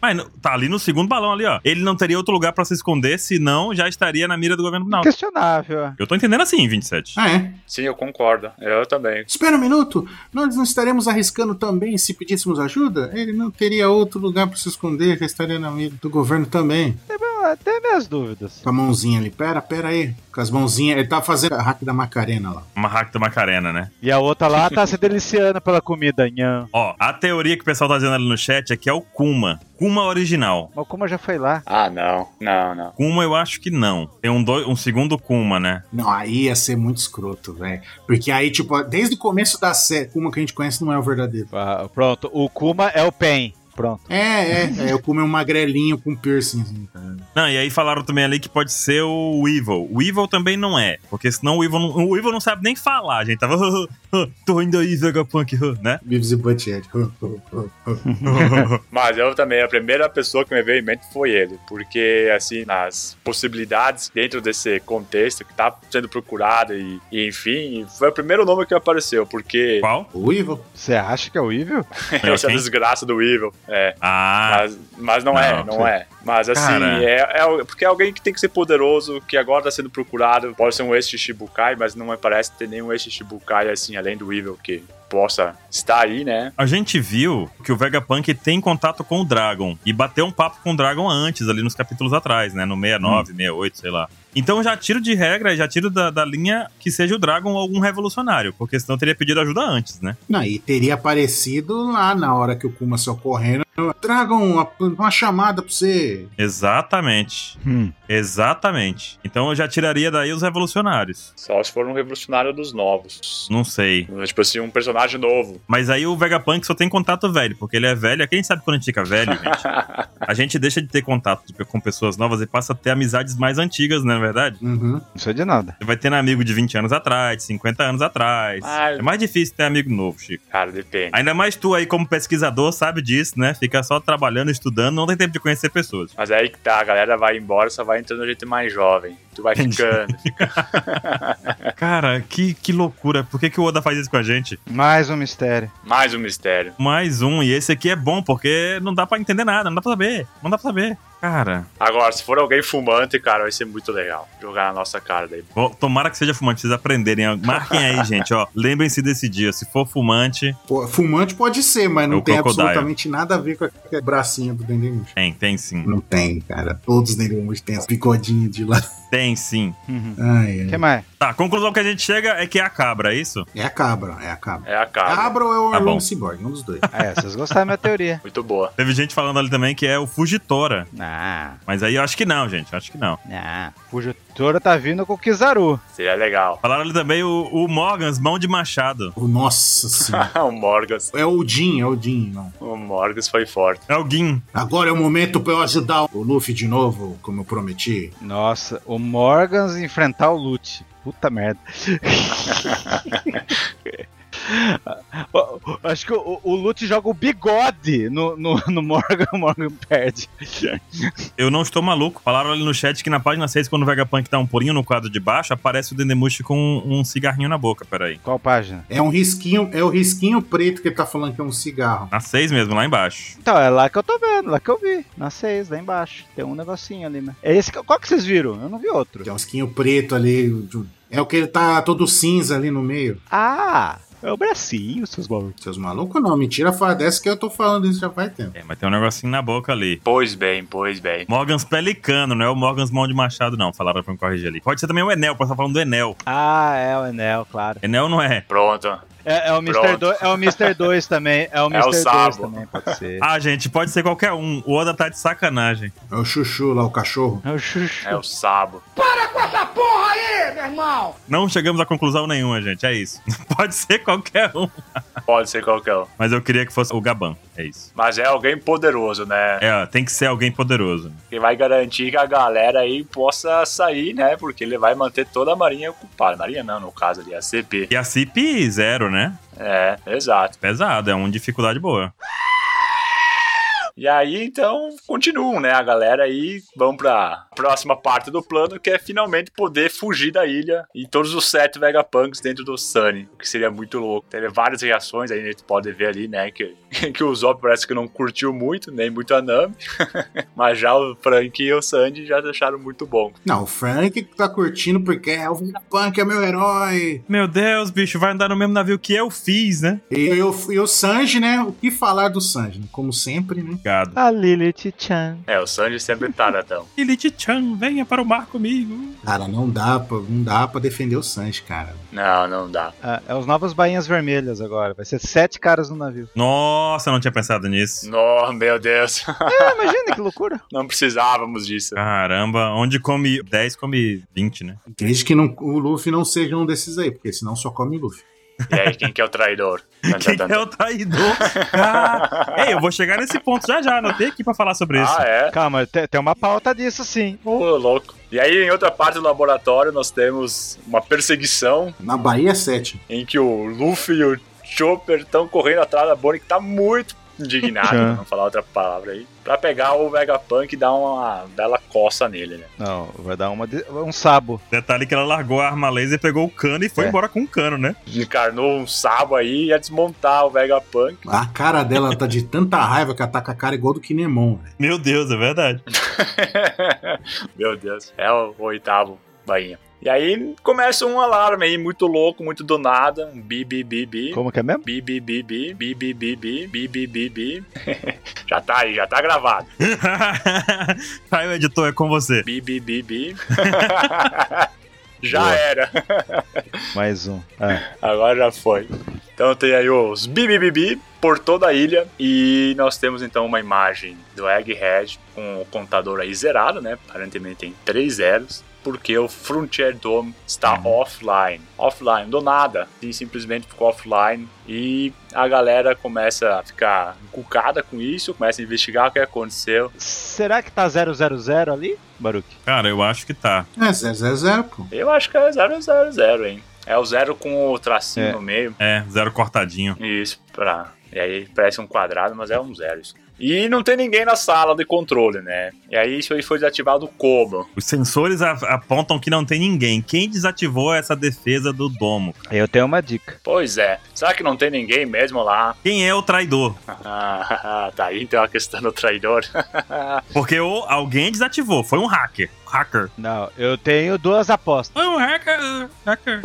Mas no- tá ali no segundo balão ali, ó. Ele não teria outro lugar pra se esconder, senão já estaria na mira do governo. Não. Questionável. é. Eu tô entendendo assim, 27. Ah, é? Sim, eu concordo. Eu também. Espera um minuto. Nós não estaremos arriscando também se pedíssemos ajuda? Ele não teria outro lugar pra se esconder, já estaria na mira do governo também. Eu Até minhas dúvidas. Com a mãozinha ali. Pera, pera aí. Com as mãozinhas. Ele tá fazendo a hack da Macarena lá. Uma hack da Macarena, né? E a outra lá tá se deliciando pela comida, nhã. Ó, a teoria que o pessoal tá dizendo ali no chat é que é o Kuma. Kuma original. Mas como já foi lá? Ah, não. Não, não. Kuma eu acho que não. Tem um, dois, um segundo Kuma, né? Não, aí ia ser muito escroto, velho. Porque aí, tipo, desde o começo da série, uma que a gente conhece não é o verdadeiro. Ah, pronto, o Kuma é o Pen. Pronto. É, é, é. Eu comi um magrelinho com piercing, assim, cara. Não, e aí falaram também ali que pode ser o Evil. O Evil também não é, porque senão o Evil não, o Evil não sabe nem falar, gente. Tava, "Ah, ah, ah, tô indo aí, Vegapunk, ah", né? Beavis e Butthead. Mas eu também, a primeira pessoa que me veio em mente foi ele, porque, assim, nas possibilidades dentro desse contexto que tá sendo procurado e, e, enfim, foi o primeiro nome que apareceu, porque Qual? o Evil? Você acha que é o Evil? essa quem? desgraça do Evil, é. Ah, Mas, mas não, é, Não, não sim. é. Mas assim, Cara. é, é o- porque é alguém que tem que ser poderoso, que agora tá sendo procurado. Pode ser um ex-Shibukai, mas não me parece ter nenhum ex-Shibukai assim, além do Evil, que possa estar aí, né? a gente viu que o Vegapunk tem contato com o Dragon e bateu um papo com o Dragon antes, ali nos capítulos atrás, né? No 69, 68, sei lá. Então já tiro de regra, já tiro da, da linha que seja o Dragon ou algum revolucionário, porque senão eu teria pedido ajuda antes, né? Não, e teria aparecido lá na hora que o Kuma saiu correndo. Tragam uma, uma chamada pra você. Exatamente. Hum. Exatamente. Então eu já tiraria daí os revolucionários. Só se for um revolucionário dos novos. Não sei. Tipo assim, um personagem novo. Mas aí o Vegapunk só tem contato velho, porque ele é velho. Quem sabe quando a gente fica velho, gente? A gente deixa de ter contato de- com pessoas novas e passa a ter amizades mais antigas, né, na verdade? Uhum. Não sei de nada. Você vai tendo amigo de 20 anos atrás, de 50 anos atrás. Ah, É mais difícil ter amigo novo, Chico. Cara, depende. Ainda mais tu aí, como pesquisador, sabe disso, né? Fica só trabalhando, estudando, não tem tempo de conhecer pessoas. Mas aí que tá, a galera vai embora, só vai entrando gente mais jovem. Tu vai ficando. Cara, que, que loucura. Por que, que o Oda faz isso com a gente? Mais um mistério. mais um mistério. Mais um, e esse aqui é bom, porque não dá pra entender nada, não dá pra saber. Não dá pra saber. Cara, Agora, se for alguém fumante, cara, vai ser muito legal. Jogar na nossa cara daí. Bom, tomara que seja fumante, vocês aprenderem. ó. Marquem aí, gente, ó. Lembrem-se desse dia. Se for fumante, Pô, Fumante pode ser, mas É não o tem Crocodile. absolutamente nada a ver com aquele bracinho do Dendemushi. tem, tem sim. Não tem, cara. Todos os Dendemushi têm as bigodinhas de lá. Tem sim. Uhum. Ai, que ai. mais? Tá, a conclusão que a gente chega é que é a cabra, é isso? É a cabra, é a cabra. É a É a cara. cabra ou é o Tá bom. Arlong Cyborg? Um dos dois. Ah, é, vocês gostaram da minha teoria. Muito boa. Teve gente falando ali também que é o Fugitora. Ah, Mas aí eu acho que não, gente. eu Acho que não. ah. Fugitora tá vindo com o Kizaru. Seria legal. Falaram ali também o, o Morgans, mão de machado. O- Nossa senhora. o Morgas. É o Jin, é o Jin, não. O Morgas foi forte. É o Gin. Agora é o momento pra eu ajudar o Luffy de novo, como eu prometi. Nossa, o Morgans enfrentar o Lute. Puta merda. O- o- Acho que o, o Lute joga o bigode no, no, no Morgan, o Morgan perde. Eu não estou maluco. Falaram ali no chat que na página 6, quando o Vegapunk dá um pulinho no quadro de baixo, aparece o Dendemushi com um, um cigarrinho na boca. Peraí. Qual página? É um risquinho, é o risquinho preto que ele tá falando que é um cigarro. Na 6 mesmo, lá embaixo. Então, é lá que eu tô vendo, lá que eu vi. Na 6, lá embaixo. Tem um negocinho ali, né? É esse que, qual que vocês viram? Eu não vi outro. Que é um risquinho preto ali. É o que ele tá todo cinza ali no meio. Ah, é o bracinho, seus malucos. Seus malucos não, mentira fala dessa que eu tô falando isso já faz tempo. É, mas tem um negocinho na boca ali. Pois bem, pois bem. Morgans Pelicano, não é o Morgans Mão de Machado, não. Falaram pra me corrigir ali. Pode ser também o Enel, o pessoal falando do Enel. Ah, é o Enel, claro. Enel não é. Pronto. É, é o Mr. Pronto. 2 é o Mr. 2 também. É o É o Mr. 2 Sabo. também, pode ser. Ah, gente, pode ser qualquer um. O Oda tá de sacanagem. É o Chuchu lá, o cachorro. É o Chuchu. É o Sabo. Não chegamos a conclusão nenhuma, gente. É isso. Pode ser qualquer um. Pode ser qualquer um. Mas eu queria que fosse o Gaban. É isso. Mas é alguém poderoso, né? É, ó, tem que ser alguém poderoso. Que vai garantir que a galera aí possa sair, né? Porque ele vai manter toda a marinha ocupada. Marinha não, no caso ali, a CP. E a CIP zero, né? É, exato. Pesado, é uma dificuldade boa. E aí, então, continuam, né? A galera aí vão pra próxima parte do plano, que é finalmente poder fugir da ilha e todos os sete Vegapunks dentro do Sunny, o que seria muito louco. Teve várias reações aí, a gente pode ver ali, né? Que, que o Zop parece que não curtiu muito, nem muito a Nami, mas já o Frank e o Sandy já acharam muito bom. Não, o Frank tá curtindo porque é o Vegapunk, é meu herói. Meu Deus, bicho, vai andar no mesmo navio que eu fiz, né? E, e, o- e o Sanji, né? O que falar do Sanji? né? Como sempre, né? Obrigado. A Lilith Chan. É, o Sandy sempre então? taradão. Elite-chan, venha para o mar comigo. Cara, não dá, pra, não dá pra defender o Sanji, cara. Não, não dá. Ah, é os novos bainhas vermelhas agora. Vai ser sete caras no navio. Nossa, eu não tinha pensado nisso. Nossa, meu Deus. Ah, imagina que loucura. Não precisávamos disso. Caramba, onde come 10, come 20, né? Desde que não- o Luffy não seja um desses aí, porque senão só come Luffy. E aí, quem que é o traidor? Quem é o traidor? Ah, ei, eu vou chegar nesse ponto já já, anotei aqui pra falar sobre isso. Ah, é? Calma, te- tem, uma pauta disso sim. Ô, louco. E aí, em outra parte do laboratório, nós temos uma perseguição Na Bahia é 7. em que o Luffy e o Chopper estão correndo atrás da Bonnie, que tá muito indignado, Tchan. pra não falar outra palavra aí, pra pegar o Vegapunk e dar uma bela coça nele, né? Não, vai dar uma de- um sabo. Detalhe que ela largou a arma laser, pegou o cano e foi É. embora com o cano, né? Encarnou um sabo aí e ia desmontar o Vegapunk. A cara dela tá de tanta raiva que ataca a cara igual do Kinemon, velho. Meu Deus, é verdade. Meu Deus, é o oitavo. bainha. E aí começa um alarme aí, muito louco, muito do nada, um bi, bi, bi, bi. Como que é mesmo? Bi, bi, bi, bi, bi, bi, bi, bi, bi, bi, bi, bi. Já tá aí, já tá gravado. Aí, o editor, é com você. Bi, bi, bi, bi. Já Boa. era. Mais um. Ah, Agora já foi. Então tem aí os bibibibi por toda a ilha e nós temos então uma imagem do Egghead com o contador aí zerado, né? Aparentemente tem três zeros. Porque o Frontier Dome está offline. Offline, do nada. E simplesmente ficou offline. E a galera começa a ficar encucada com isso, começa a investigar o que aconteceu. será que tá 000 ali, Baruque? Cara, eu acho que tá. É, zero, zero, zero, pô. Eu acho que é 000, hein? É o zero com o tracinho É. no meio. É, zero cortadinho. Isso, pra. E aí parece um quadrado, mas é um zero isso. E não tem ninguém na sala de controle, né? E aí isso aí foi desativado como? Os sensores a- apontam que não tem ninguém. Quem desativou essa defesa do domo? Eu tenho uma dica. Pois é. Será que não tem ninguém mesmo lá? Quem é o traidor? Ah, tá aí então a questão do traidor. Porque o, alguém desativou. Foi um hacker. Hacker. Não, eu tenho duas apostas. Foi um hacker. Hacker.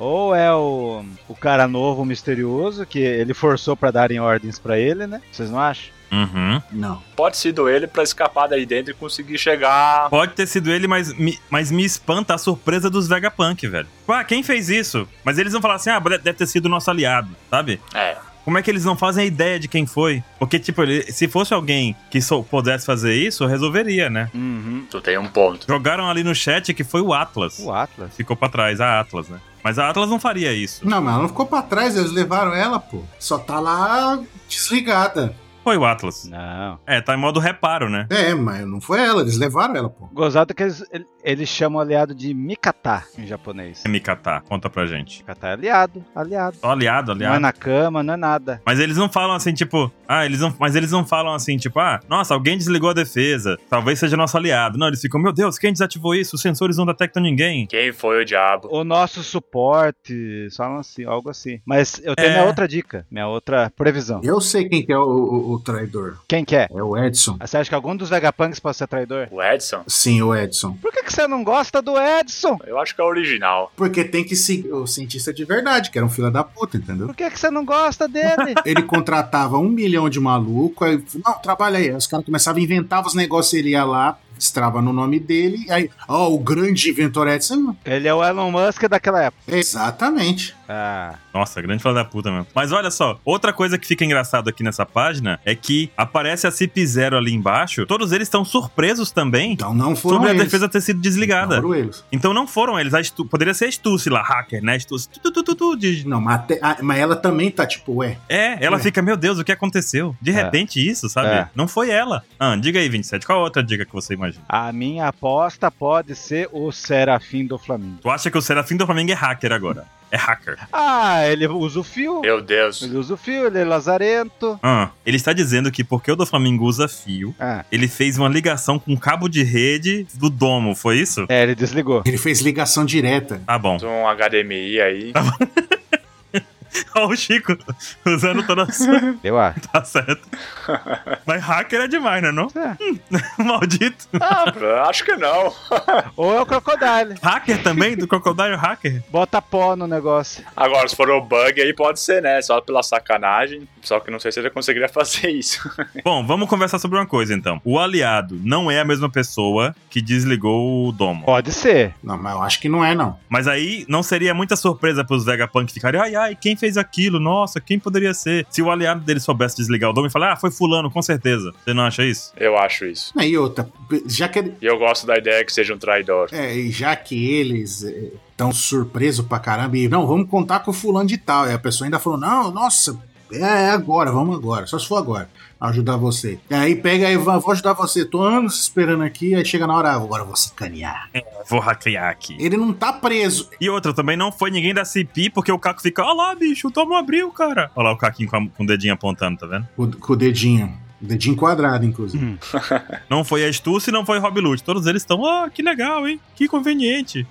Ou é o, o cara novo, misterioso, que ele forçou pra darem ordens pra ele, né? Vocês não acham? Uhum. Não. Pode ser do ele pra escapar daí dentro e conseguir chegar. Pode ter sido ele, mas me, mas me espanta a surpresa dos Vegapunk, velho. Ah, quem fez isso? Mas eles vão falar assim, ah, deve ter sido o nosso aliado, sabe? É. Como é que eles não fazem a ideia de quem foi? Porque, tipo, ele- se fosse alguém que só pudesse fazer isso, resolveria, né? Uhum. Tu tem um ponto. Jogaram ali no chat que foi o Atlas. O Atlas. Ficou pra trás, a Atlas, né? Mas a Atlas não faria isso. Não, mas ela não ficou pra trás, eles levaram ela, pô. Só tá lá desligada. Foi o Atlas. Não. É, tá em modo reparo, né? É, mas não foi ela, eles levaram ela, pô. Gozado que eles, ele- eles chamam o aliado de Mikata em japonês. Mikata, conta pra gente. Mikata é aliado, aliado. Só aliado, Não é aliado. na cama, não é nada. Mas eles não falam assim, tipo, ah, eles não. Mas eles não falam assim, tipo, ah, nossa, alguém desligou a defesa. Talvez seja nosso aliado. Não, eles ficam, meu Deus, quem desativou isso? Os sensores não detectam ninguém. Quem foi o diabo? O nosso suporte, só assim, algo assim. Mas eu tenho É. minha outra dica, minha outra previsão. Eu sei quem que é o, o- o traidor. Quem que é? É o Edson. Você acha que algum dos Vegapunks pode ser traidor? O Edson? Sim, o Edson. Por que, que você não gosta do Edson? Eu acho que é o original. Porque tem que seguir o cientista de verdade, que era um filho da puta, entendeu? Por que, que você não gosta dele? Ele contratava um milhão de maluco, aí, não, trabalha aí. Aí Os caras começavam a inventar os negócios, ele ia lá, estrava no nome dele, aí, ó, o grande inventor Edson. ele é o Elon Musk daquela época. Exatamente. Ah, Nossa, grande fala da puta mesmo. Mas olha só, outra coisa que fica engraçado aqui nessa página é que aparece a CIP Zero ali embaixo. Todos eles estão surpresos também Então não foram sobre a eles. defesa ter sido não desligada. foram eles. Então não foram eles. A Stu- Poderia ser a Stussy lá, hacker, né? Stussy. tu, tu, tu, tu, tu, de- Não, mas, até- ah, mas ela também tá tipo, ué, É, ela Ué. fica, meu Deus, o que aconteceu? De É. repente isso, sabe? É. Não foi ela. Ah, diga aí, 27, qual a outra dica que você imagina? a minha aposta pode ser o Serafim do Flamengo. Tu acha que o Serafim do Flamengo é hacker agora? É hacker. Ah, ele usa o fio. Meu Deus. Ele usa o fio, ele é lazarento. Ah, ele está dizendo que porque o do Flamengo usa fio, Ah, ele fez uma ligação com o cabo de rede do domo, foi isso? é, ele desligou. ele fez ligação direta. Tá bom. Um HDMI aí. Ó, o Chico usando toda a sua. Eu acho. Tá certo. Mas hacker é demais, né? Não? É. Maldito. Ah, acho que não. Ou é o Crocodile. Hacker também? Do Crocodile Hacker? Bota pó no negócio. Agora, se for o bug aí, pode ser, né? Só pela sacanagem. Só que não sei se ele conseguiria fazer isso. Bom, vamos conversar sobre uma coisa então. O aliado não é a mesma pessoa que desligou o domo. Pode ser. Não, mas eu acho que não é, não. Mas aí não seria muita surpresa pros Vegapunk ficarem, ai, ai, quem fez aquilo? Nossa, quem poderia ser? Se o aliado dele soubesse desligar o domo e falar, ah, foi fulano, com certeza. Você não acha isso? Eu acho isso. Aí outra, já que ele- E eu gosto da ideia que seja um traidor. É, e já que eles estão surpresos pra caramba, e não, vamos contar com o fulano de tal. E a pessoa ainda falou, não, nossa, é, é agora, vamos agora, só se for agora, ajudar você. E aí pega e va- vou ajudar você, tô anos esperando aqui, aí chega na hora, agora eu vou sacanear. Vou hackear aqui. Ele não tá preso. E outra, também não foi ninguém da CP, porque o Caco fica, ó lá, bicho, o domo abriu, cara. Olha lá o Caquinho com, a- com o dedinho apontando, tá vendo? Com, com o dedinho, dedinho quadrado, inclusive. "Ah, Não foi a Stussy, não foi o Rob Lute. Todos eles estão, ó, que legal, hein? Que conveniente.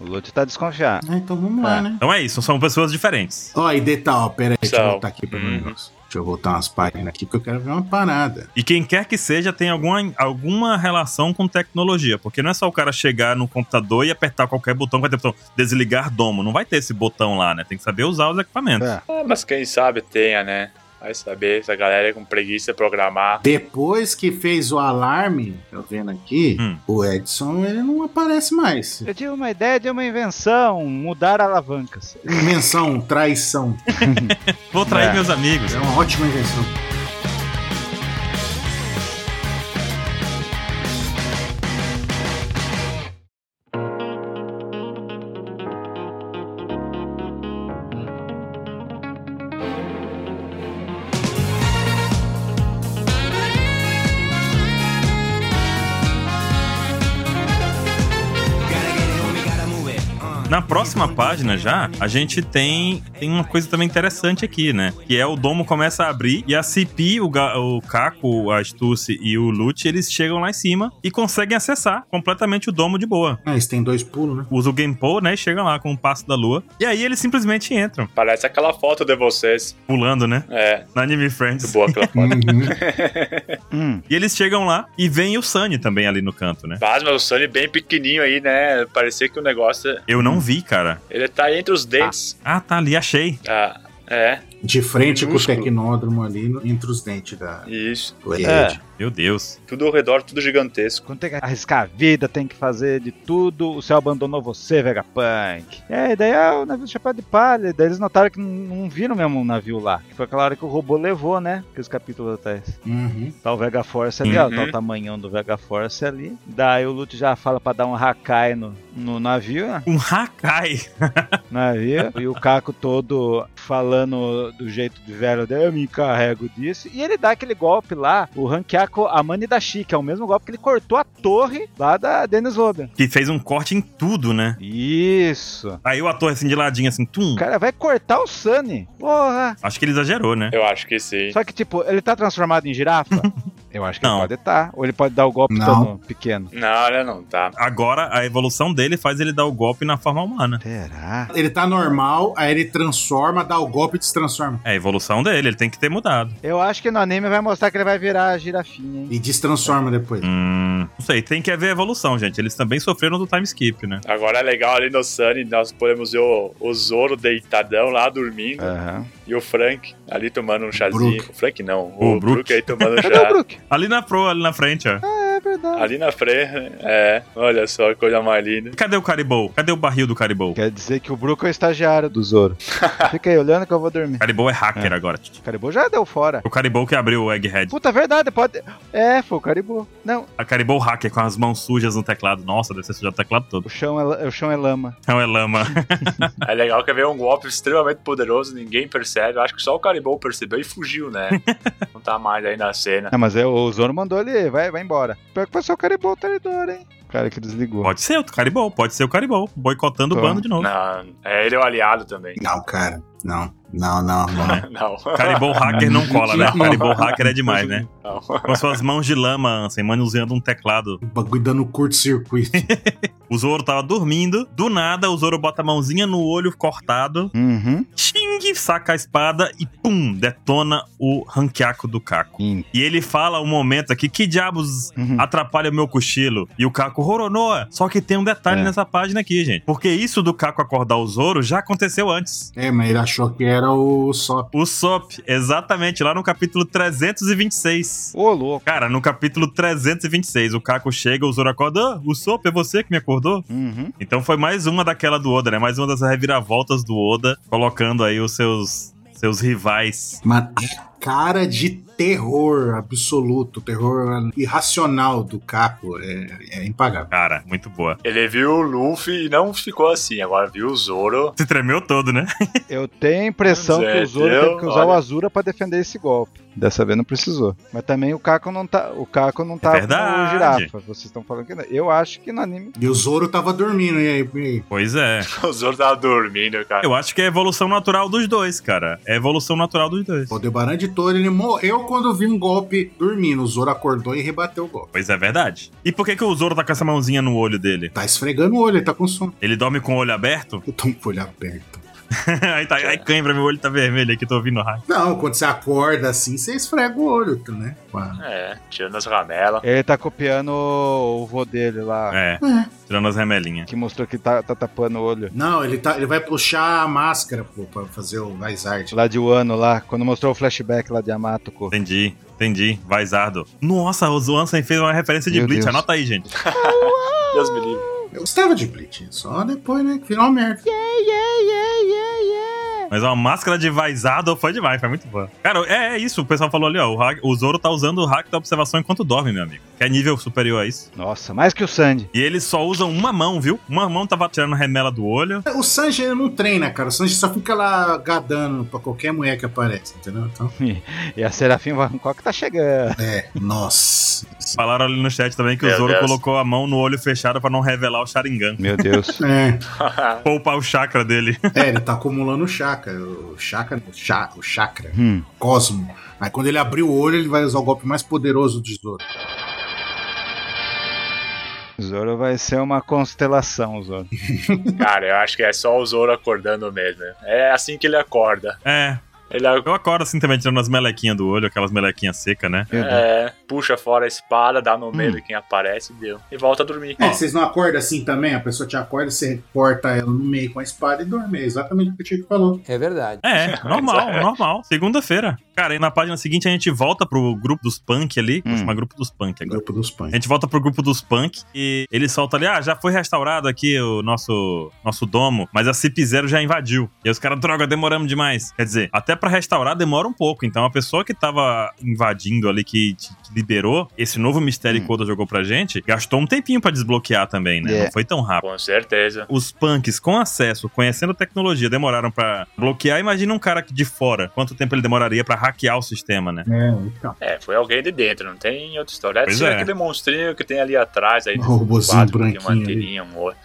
O Lute tá desconfiado. Ah, então vamos lá, Tá. né? Então é isso, são pessoas diferentes. Ó, e detalhe, ó, pera aí, deixa eu Tchau. voltar aqui pra Uhum. meu negócio. Deixa eu voltar umas páginas aqui, porque eu quero ver uma parada. E quem quer que seja tem alguma, alguma relação com tecnologia. Porque não é só o cara chegar no computador e apertar qualquer botão, vai ter botão desligar domo. Não vai ter esse botão lá, né? Tem que saber usar os equipamentos. É. Ah, mas quem sabe tenha, né? Vai saber, essa galera é com preguiça de programar. Depois que fez o alarme, tô vendo aqui, Hum. o Edson ele não aparece mais. Eu tive uma ideia de uma invenção, mudar alavancas. Invenção, traição. Vou trair É. meus amigos. É uma ótima invenção. Na próxima página já, a gente tem, tem uma coisa também interessante aqui, né? Que é o domo começa a abrir e a Cipi, o, ga- o Caco, a Astuce e o Lute, eles chegam lá em cima e conseguem acessar completamente o domo de boa. Ah, eles têm dois pulos, né? Usa o Genpo, né? E chegam lá com o passo da lua. E aí eles simplesmente entram, Parece aquela foto de vocês. pulando, né? É, Na Anime muito Friends. boa aquela foto. Uhum. Hum. E eles chegam lá e vem o Sunny também ali no canto, né? Ah, Mas, mas o Sunny bem pequenininho aí, né? Parecia que o negócio. Eu não vi, cara. Ele tá entre os dentes. Ah, tá ali, achei. Ah, é, De frente com o Minúsculo. tecnódromo ali, no- entre os dentes da isso. do É. Ed. Meu Deus. Tudo ao redor, tudo gigantesco. Quando tem que arriscar a vida, tem que fazer de tudo. O céu abandonou você, Vegapunk. E aí, daí ah, o navio do Chapéu de Palha. E Daí eles notaram que não, não viram mesmo o navio lá. Que foi aquela hora que o robô levou, né? Aqueles capítulos atrás. Uhum. Tá o Vega Force ali, ó. Uhum. Tá o tamanhão do Vega Force ali. Daí o Lute já fala pra dar um Hakai no, no navio, né? Um Hakai. navio. E o Caco todo falando do jeito de velho dele, eu me encarrego disso. E ele dá aquele golpe lá, o Hankiako Amani da que é o mesmo golpe que ele cortou a torre lá da Dennis Roden. Que fez um corte em tudo, né? Isso. Aí o ator assim de ladinho, assim, tum. O cara vai cortar o Sunny. Porra. Acho que ele exagerou, né? Eu acho que sim. Só que, tipo, ele tá transformado em girafa? Eu acho que Não. ele pode estar. Ou ele pode dar o golpe Não. todo pequeno. Não, ele não tá. Agora a evolução dele faz ele dar o golpe na forma humana. Será? Ele tá normal, aí ele transforma, dá o golpe e destransforma. É a evolução dele, ele tem que ter mudado. Eu acho que no anime vai mostrar que ele vai virar girafinha, hein? E destransforma depois. Hum, não sei, tem que haver evolução, gente. Eles também sofreram do time skip, né? Agora é legal ali no Sunny, nós podemos ver o, o Zoro deitadão lá dormindo Aham. e o Frank ali tomando um chazinho. Brook. É. O Frank não, O Brook. o, Brook. aí tomando um Cadê É o chá. Brook? Ali na proa, ali na frente, ó. É verdade. Ali na frente, é, olha só que coisa mais linda. Cadê o Caribou? Cadê o barril do Caribou? Quer dizer que o Brook é o estagiário do Zoro. Fica aí olhando que eu vou dormir. O Caribou é hacker agora. O Caribou já deu fora. O Caribou que abriu o Egghead. Puta, é verdade, pode. É, foi o Caribou. Não, A Caribou hacker com as mãos sujas no teclado. Nossa, deve ser sujado o teclado todo. o chão é, la- o chão é lama. Não é lama. É legal que veio um golpe extremamente poderoso, ninguém percebe. Acho que só o Caribou percebeu e fugiu, né? não tá mais aí na cena. Ah, mas é, o Zoro mandou ele, vai, vai embora. Pior que foi só o Caribou o traidor, hein? O cara que desligou. Pode ser o Caribou, pode ser o Caribou. Boicotando o Toma. bando de novo. Não, é, ele é o aliado também. Não, cara. Não, não, não, não. Não. Caribou hacker não cola, né? Caribou hacker é demais, né? Não. Com as suas mãos de lama, assim, manuseando um teclado. O bagulho dando curto-circuito. O Zoro tava dormindo, do nada o Zoro bota a mãozinha no olho cortado, Uhum. xing, saca a espada e pum, detona o ranqueaco do Caco. Sim. E ele fala um momento aqui, que diabos Uhum. atrapalha o meu cochilo? E o Caco roronoa. Só que tem um detalhe É. nessa página aqui, gente. Porque isso do Caco acordar o Zoro já aconteceu antes. É, mas ele achou que era o só. O Sop, exatamente, lá no capítulo 326. Ô, louco. Cara, no capítulo 326, o Caco chega, o Zoro acorda. "Ah, o Sop, é você que me acordou? Uhum. Então foi mais uma daquela do Oda, né? Mais uma das reviravoltas do Oda, colocando aí os seus, seus rivais. Mas a cara de terror absoluto, terror irracional do Caco é, é impagável. Cara, muito boa. Ele viu o Luffy e não ficou assim. Agora viu o Zoro. Se tremeu todo, né? Eu tenho a impressão Zé, que o Zoro deu, teve que usar o olha. Azura pra defender esse golpe. Dessa vez não precisou. Mas também o Caco não tá. O Caco não tá verdade. o girafa. Vocês estão falando que não. Eu acho que no anime. E o Zoro tava dormindo, e aí? E aí? Pois é. O Zoro tava dormindo, cara. Eu acho que é a evolução natural dos dois, cara. É a evolução natural dos dois. O Aldebaran de Toro, ele morreu com quando vi um golpe dormindo. O Zoro acordou e rebateu o golpe. Pois é verdade. E por que, que o Zoro tá com essa mãozinha no olho dele? Tá esfregando o olho, ele tá com sono. Ele dorme com o olho aberto? Eu tô com o olho aberto. aí tá, aí cãibra, meu olho tá vermelho aqui, tô ouvindo o raio. Não, quando você acorda assim, você esfrega o olho, né? Ué. É, tirando as ramelas. Ele tá copiando o vô dele lá, É, tirando as remelinhas. que mostrou que tá, tá tapando o olho. Não, ele, tá, ele vai puxar a máscara, pô, pra fazer o Vizard. Lá de Wano, lá, quando mostrou o flashback lá de Yamato. co. Entendi, entendi. Vazardo. Nossa, o Zoansen fez uma referência de Meu Bleach, Deus. anota aí, gente. Deus me livre. Eu gostava de Bleach, só depois, né? que Virou uma merda. Mas uma máscara de Vizardo foi demais, foi muito boa. Cara, é, é isso, o pessoal falou ali, ó. O, hack- o Zoro tá usando o hack da observação enquanto dorme, meu amigo. Que é nível superior a isso. Nossa, mais que o Sandy. E eles só usam uma mão, viu? Uma mão tava tirando remela do olho. É, O Sanji ele não treina, cara. O Sanji só fica lá gadando pra qualquer mulher que aparece, entendeu? Então, E a Serafim Van Gogh tá chegando. é, nossa. Falaram ali no chat também que o Meu Zoro Deus. colocou a mão no olho fechado pra não revelar o Sharingan. Meu Deus. É, Poupar o chakra dele. é, ele tá acumulando chakra. O chakra, o, cha, o chakra, Hum. o cosmo. Aí quando ele abrir o olho, ele vai usar o golpe mais poderoso do Zoro. Zoro vai ser uma constelação, Zoro. Cara, eu acho que é só o Zoro acordando mesmo. É assim que ele acorda. É, Ele ac- eu acordo assim também tirando as melequinhas do olho, aquelas melequinhas secas, né? Meu Deus. é, puxa fora a espada, dá no meio de quem aparece, deu. E volta a dormir. Hum. É, vocês não acordam assim também? A pessoa te acorda, você corta ela no meio com a espada e dorme. É exatamente o que o Chico falou. É verdade. É, normal, normal. Segunda-feira. Cara, e na página seguinte a gente volta pro grupo dos punk ali. Vou Hum. chamar grupo dos punk agora. Grupo dos A pães. gente volta pro grupo dos punk e ele solta ali, ah, já foi restaurado aqui o nosso nosso domo, mas a Cip Zero já invadiu. E aí os caras, droga, demoramos demais. Quer dizer, até pra restaurar demora um pouco. Então a pessoa que tava invadindo ali, que, te- que liberou esse novo mistério que o Oda jogou pra gente, gastou um tempinho pra desbloquear também, né? É. Não foi tão rápido. Com certeza. Os punks com acesso, conhecendo a tecnologia, demoraram pra bloquear. Imagina um cara aqui de fora, quanto tempo ele demoraria pra hackear o sistema, né? É, então. É, foi alguém de dentro, não tem outra história. É Pois tira é. aquele monstrinho que tem ali atrás, aí Um do robozinho quadro, que branquinho Tem uma ali. anteninha, um olho.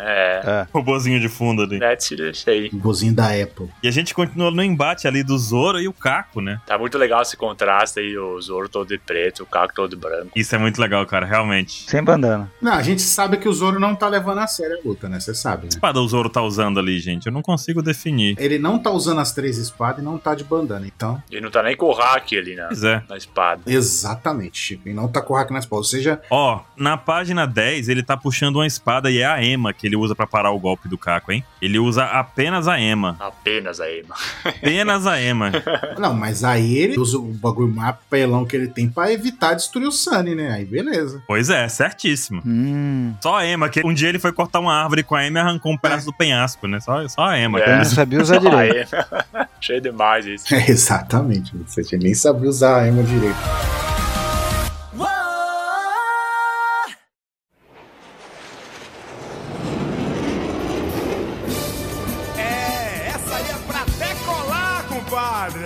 É, Robozinho de fundo ali. that's it, é isso aí. Bozinho da Apple. E a gente continua no embate ali do Zoro e o Caco, né? Tá muito legal esse contraste aí, o Zoro todo de preto, o Caco todo branco. Isso é muito legal, cara, realmente. Sem bandana. Não, a gente sabe que o Zoro não tá levando a sério a luta, né? Você sabe, né? espada o Zoro tá usando ali, gente? Eu não consigo definir. Ele não tá usando as três espadas e não tá de bandana, então. Ele não tá nem com o hack ali na, Pois é. na espada. Exatamente, Chico. E não tá com o hack na espada. Ou seja, Ó, na página 10, ele tá puxando uma espada e é a Ema que ele usa pra parar o golpe do Caco, hein? Ele usa apenas a Ema. Apenas aí, mano. Apenas a Ema. não, mas aí ele usa o bagulho mais pelão que ele tem pra evitar destruir o Sunny, né? Aí beleza. Pois é, certíssimo. Hum. Só a Ema, que um dia ele foi cortar uma árvore com a Ema e arrancou um pedaço do penhasco, né? Só, só a Ema. Eu É. não sabia usar direito. Aí, Cheio demais isso. É, exatamente. Você nem sabia usar a arma direito. É, essa aí é pra decolar, compadre.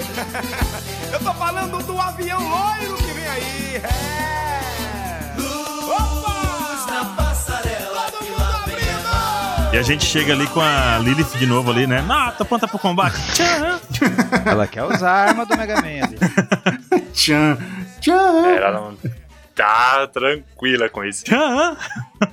Eu tô falando do avião loiro que vem aí. É. Opa! na passarela Todo mundo abrindo! E a gente chega ali com a Lilith de novo ali, né? Mata, planta pro combate. Tcharam. Ela quer usar a arma do Mega Man ali. Tchan, tchan. Ela não tá tranquila com isso. Tcharam.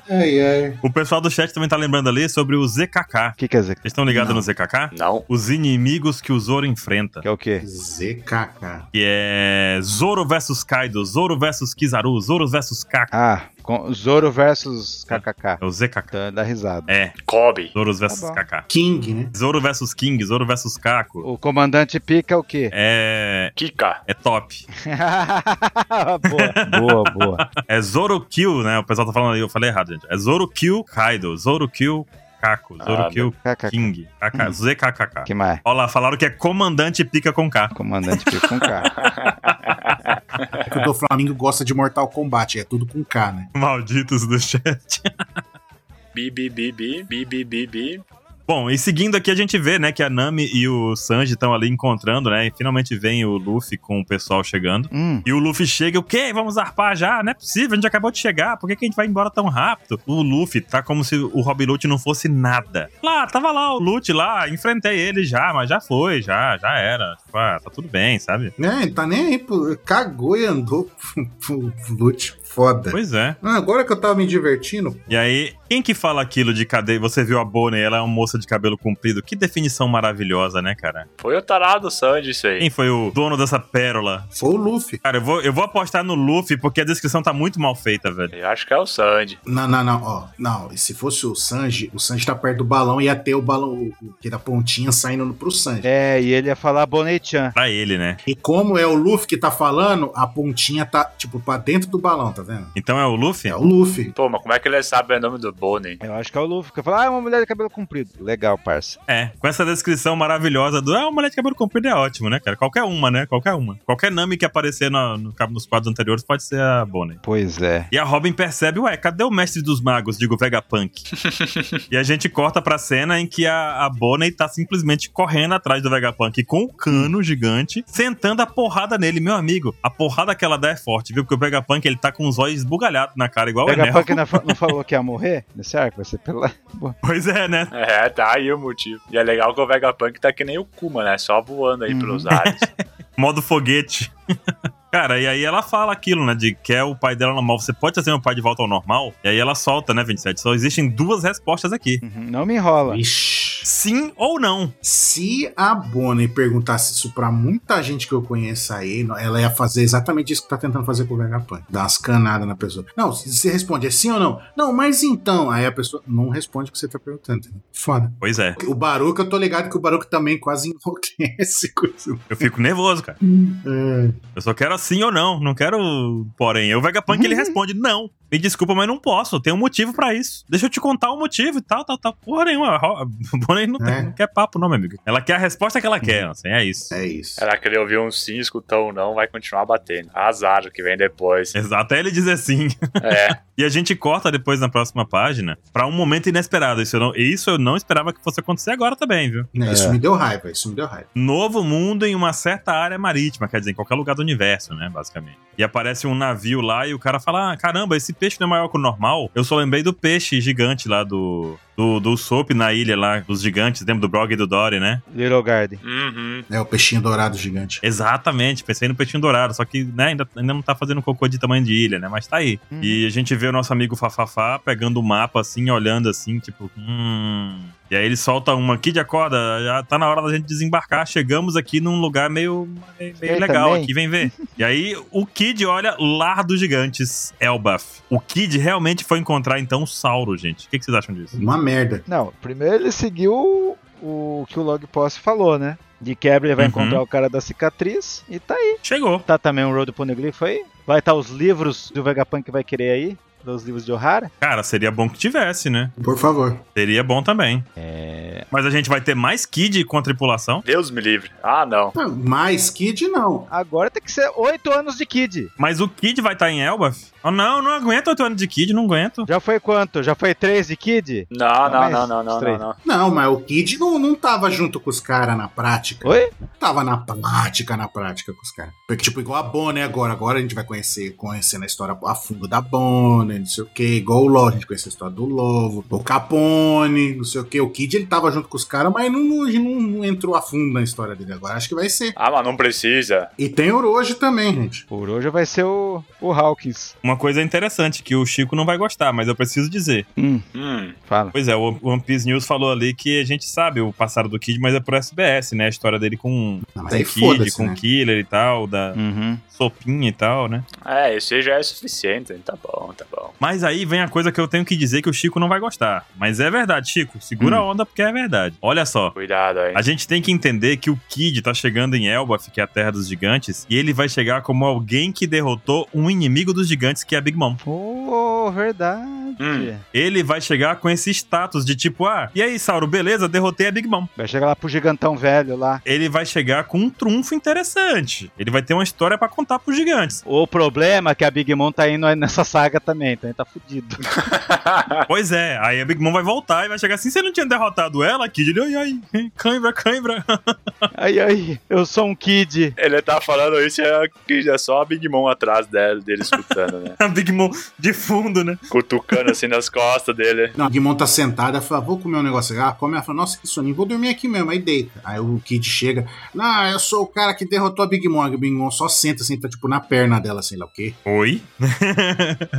Ai, ai. O pessoal do chat também tá lembrando ali sobre o ZKK. O que quer dizer? Vocês estão ligados Não. no ZKK? Não. Os inimigos que o Zoro enfrenta. Que é o quê? ZKK. Que é Zoro versus Kaido, Zoro versus Kizaru, Zoro versus Kaka. Ah, com Zoro versus KKK. É o ZKK. Então dá risada. É, Kobe. Zoro versus bom. Kaka. King, né? Zoro versus King, Zoro versus Kako. O comandante pica o quê? É. Kika. É top. boa, boa, boa. É Zoro Kill, né? O pessoal tá falando aí, eu falei errado, gente. É Zoro Kill Kaido, Zoro Kill Kako, Zoro Ah, Kill KKK. King, Kaka, ZKKK. Que mais? Olha lá, falaram que é comandante pica com K. Comandante pica com K. É que o do Flamengo gosta de Mortal Kombat, é tudo com K, né? Malditos do chat. Bi, bi, bi, bi, bi, bi, bi, bi. Bom, e seguindo aqui a gente vê, né, que a Nami e o Sanji estão ali encontrando, né, e finalmente vem o Luffy com o pessoal chegando. Hum. E o Luffy chega, o quê? Vamos arpar já? Não é possível, a gente acabou de chegar, por que, que a gente vai embora tão rápido? O Luffy tá como se o Rob Lute não fosse nada. Lá, tava lá o Lute lá, enfrentei ele já, mas já foi, já, já era. Tipo, ah, tá tudo bem, sabe? É, ele tá nem aí, pô. Cagou e andou pro loot. Foda. Pois é. Ah, Agora que eu tava me divertindo, E aí, quem que fala aquilo de cadê? Você viu a Bonnie, ela é uma moça de cabelo comprido. Que definição maravilhosa, né, cara? Foi o tarado Sandy isso aí. Quem foi o dono dessa pérola? foi o Luffy. Cara, eu vou, eu vou apostar no Luffy porque a descrição tá muito mal feita, velho. Eu acho que é o Sandy. Não, não, não, ó. Não, e se fosse o Sanji, o Sanji tá perto do balão, ia ter o balão, o- o- que da pontinha saindo pro Sanji. É, e ele ia falar Bonechan. Pra ele, né? E como é o Luffy que tá falando, a pontinha tá, tipo, pra dentro do balão, tá vendo? Então é o Luffy? É o Luffy. Pô, mas como é que ele sabe o nome do Bonnie? Eu acho que é o Luffy que fala, ah, é uma mulher de cabelo comprido. Legal, parça. É. Com essa descrição maravilhosa do. Ah, uma mulher de cabelo comprido é ótimo, né, cara? Qualquer uma, né? Qualquer uma. Qualquer Nami que aparecer no, no, nos quadros anteriores pode ser a Bonnie. Pois é. E a Robin percebe, ué, cadê o mestre dos magos? Digo, Vegapunk. e a gente corta pra cena em que a, a Bonnie tá simplesmente correndo atrás do Vegapunk com um cano gigante, sentando a porrada nele. Meu amigo, a porrada que ela dá é forte, viu? Porque o Vegapunk, ele tá com os olhos esbugalhados na cara, igual o Pega a Enel. Punk não, fa- não falou que ia morrer nesse arco, vai ser pela. Boa. Pois é, né? É, tá aí o motivo. E é legal que o Vegapunk tá que nem o Kuma, né? Só voando aí pelos ares. Modo foguete. Cara, e aí ela fala aquilo, né? De que é o pai dela normal. Você pode trazer meu pai de volta ao normal? E aí ela solta, né, 27? Só existem duas respostas aqui. Uhum, Não me enrola. Ixi. Sim ou não. Se a Bonnie perguntasse isso pra muita gente que eu conheço aí, ela ia fazer exatamente isso que tá tentando fazer com o Vegapunk. Dar umas canadas na pessoa. Não, se você responde é sim ou não. Não, mas então. Aí a pessoa não responde o que você tá perguntando. entendeu? Foda. Pois é. O Baruco, eu tô ligado que o Baruco também quase enlouquece com isso. Eu fico nervoso, cara. É. Eu só quero assim ou não. Não quero, porém. E O Vegapunk, ele responde, não. Me desculpa, mas não posso. Tem um motivo pra isso. Deixa eu te contar o motivo e tal, tal, tal. Porra nenhuma. Ro- Bonnie não, tem- É. não quer papo, não, meu amigo. Ela quer a resposta que ela quer, assim. É isso. É isso. Será que ele ouviu um sim, escutou um não, vai continuar batendo. Azar o que vem depois. Exato. Até ele dizer sim. É, E a gente corta depois na próxima página pra um momento inesperado. Isso eu não, isso eu não esperava que fosse acontecer agora também, viu? Né, Isso me deu raiva, isso me deu raiva. Novo mundo em uma certa área marítima, quer dizer, em qualquer lugar do universo, né, basicamente. E aparece um navio lá e o cara fala: ah, caramba, esse peixe não é maior que o normal. Eu só lembrei do peixe gigante lá do. Do, do Soap na ilha lá, dos gigantes, lembra do Brog e do Dory, né? Little Garden. uhum. É o peixinho dourado gigante. Exatamente, pensei no peixinho dourado, só que né, ainda, ainda não tá fazendo cocô de tamanho de ilha, né? Mas tá aí. Hum. E a gente vê o nosso amigo Fafafá pegando o mapa assim, olhando assim, tipo, hum. E aí ele solta uma aqui de acorda, já tá na hora da gente desembarcar. Chegamos aqui num lugar meio, meio Eu legal também. aqui, vem ver. e aí o Kid olha Lar dos Gigantes, Elbaf. O Kid realmente foi encontrar então o Sauro, gente. O que, que vocês acham disso? Uma merda. Não, primeiro ele seguiu o, o que o Log Post falou, né? De quebra ele vai Uhum. encontrar o cara da cicatriz e tá aí. Chegou. Tá também um Road Poneglyph aí. Vai estar os livros do Vegapunk que vai querer aí. Dos livros de O'Hara. Cara, seria bom que tivesse, né? Por favor. Seria bom também. É. Mas a gente vai ter mais Kid com a tripulação. Deus me livre. Ah, não. Ah, Mas Kid não. Agora tem que ser oito anos de Kid. Mas o Kid vai estar em Elbaf? Oh, não, não aguento oito anos de Kid, não aguento. Já foi quanto? Já foi três de Kid? Não, não, Mas, não, não, não, não, estranho. não. Não, mas o Kid não, não tava junto com os caras na prática. Oi? Tava na prática, na prática com os caras. Porque, tipo, igual a Bonnie agora. Agora a gente vai conhecer, conhecendo a história a fundo da Bonnie, não sei o quê. Igual o LOL, a gente conhece a história do Lovo, o Capone, não sei o quê. O Kid, ele tava junto com os caras, mas não, não, não entrou a fundo na história dele agora. Acho que vai ser. Ah, mas não precisa. E tem Orochi também, gente. Por hoje vai ser o, o Hawkins. Uma coisa interessante que o Chico não vai gostar, mas eu preciso dizer. Hum, Hum, fala. Pois é, o One Piece News falou ali que a gente sabe o passado do Kid, mas é pro SBS, né? A história dele com, Ah, mas com aí Kid, foda-se, com né? Killer e tal, da Uhum. sopinha e tal, né? é, isso aí já é suficiente. Tá bom, tá bom. Mas aí vem a coisa que eu tenho que dizer que o Chico não vai gostar. Mas é verdade, Chico. Segura a onda porque é verdade. Olha só. Cuidado aí. A gente tem que entender que o Kid tá chegando em Elbaf, que é a terra dos gigantes, e ele vai chegar como alguém que derrotou um inimigo dos gigantes, que é a Big Mom. Oh, verdade. Que Ele vai chegar com esse status de tipo, ah, e aí, Sauro, beleza, derrotei a Big Mom. Vai chegar lá pro gigantão velho lá. Ele vai chegar com um trunfo interessante. Ele vai ter uma história pra contar pros gigantes. O problema é que a Big Mom tá indo nessa saga também, então ele tá fudido. Pois é, aí a Big Mom vai voltar e vai chegar assim, você não tinha derrotado ela, Kid? Ele, ai, ai, cãibra, cãibra. ai, ai, eu sou um kid. Ele tá falando isso é, que é só a Big Mom atrás dele, dele escutando, né? A Big Mom de fundo, né? Cutucando assim nas costas dele. Não, a Guimon tá sentada, ela fala, vou comer um negócio aqui. Ela come, ela fala, nossa, que soninho, vou dormir aqui mesmo. Aí deita. Aí o Kid chega, não, eu sou o cara que derrotou a Big Mom. A Big Mom só senta, assim, tá tipo na perna dela, assim, lá, o quê? Oi?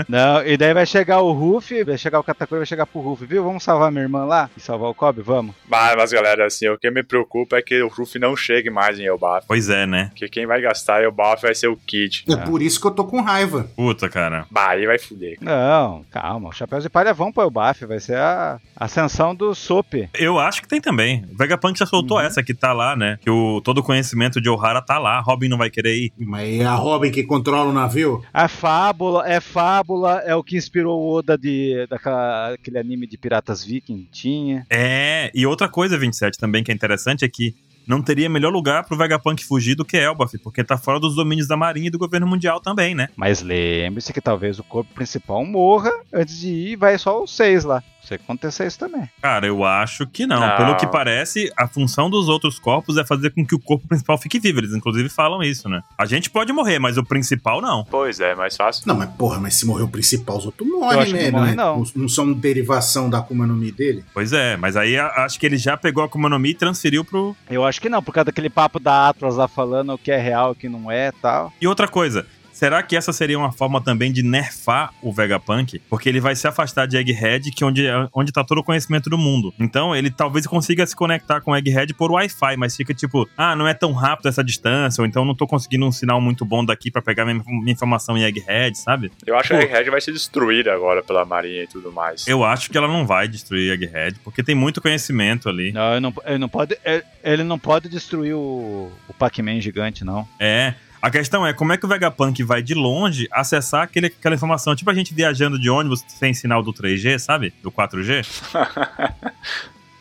Não, e daí vai chegar o Ruff, vai chegar o Katakuri, vai chegar pro Ruff, viu? Vamos salvar minha irmã lá e salvar o Kobe? Vamos. Mas, mas, galera, assim, o que me preocupa é que o Ruff não chegue mais em Elbaf. Pois é, né? Porque quem vai gastar Elbaf vai ser o Kid. É por isso que eu tô com raiva. Puta, cara. Bah, aí vai fuder. Não, calma. Os chapéus de palha vão pro Elbaf, vai ser a ascensão do Sop. Eu acho que tem também. O Vegapunk já soltou essa que tá lá, né? Que o, todo o conhecimento de Ohara tá lá. Robin não vai querer ir. Mas é a Robin que controla o navio? A fábula, é fábula, é o que inspirou o Oda de daquela, aquele anime de piratas viking tinha. É, e outra coisa, 27, também que é interessante é que não teria melhor lugar pro Vegapunk fugir do que Elbaf, porque tá fora dos domínios da Marinha e do governo mundial também, né? Mas lembre-se que talvez o corpo principal morra antes de ir, vai só os seis lá. Isso acontecer isso também. Cara, eu acho que não. Não. Pelo que parece, a função dos outros corpos é fazer com que o corpo principal fique vivo. Eles, inclusive, falam isso, né? A gente pode morrer, mas o principal não. Pois é, mais fácil. Não, mas porra, mas se morrer o principal, os outros Eu morrem, acho que né? não morre, é- não. não são derivação da Akuma no Mi dele? Pois é, mas aí a- acho que ele já pegou a Akuma no Mi e transferiu pro. Eu acho que não, por causa daquele papo da Atlas lá falando o que é real, o que não é e tal. E outra coisa. Será que essa seria uma forma também de nerfar o Vegapunk? Porque ele vai se afastar de Egghead, que é onde, onde tá todo o conhecimento do mundo. Então, ele talvez consiga se conectar com Egghead por Wi-Fi, mas fica tipo, ah, não é tão rápido essa distância, ou então não tô conseguindo um sinal muito bom daqui pra pegar minha, minha informação em Egghead, sabe? Eu acho que a Pô. Egghead vai ser destruída agora pela marinha e tudo mais. Eu acho que ela não vai destruir Egghead, porque tem muito conhecimento ali. Não, ele não, ele não pode, ele, ele não pode destruir o, o Pac-Man gigante, não. É. A questão é como é que o Vegapunk vai de longe acessar aquele, aquela informação. Tipo a gente viajando de ônibus sem sinal do 3G, sabe? Do 4G.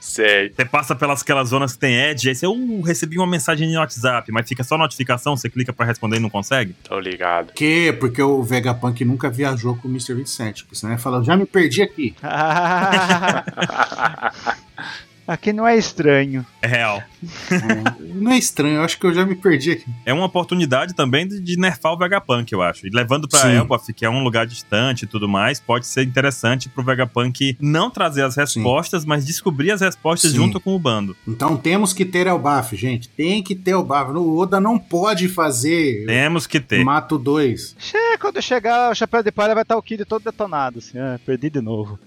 Sei. Você passa pelas aquelas zonas que tem Edge, aí você, uh, recebi uma mensagem no WhatsApp, mas fica só notificação, você clica pra responder e não consegue. Tô ligado. quê? Porque o Vegapunk nunca viajou com o Mr. 27. Porque senão ele ia falar, já me perdi aqui. Aqui não é estranho. É real. É, não é estranho, eu acho que eu já me perdi aqui. É uma oportunidade também de, de nerfar o Vegapunk, eu acho. E levando pra Sim. Elbaf, que é um lugar distante e tudo mais, pode ser interessante pro Vegapunk não trazer as respostas, mas descobrir as respostas Sim. junto com o bando. Então temos que ter Elbaf, gente. Tem que ter Elbaf. O Oda não pode fazer Temos que ter. Mato 2. Che, quando chegar o chapéu de palha vai estar o Kid todo detonado, assim. Ah, perdi de novo.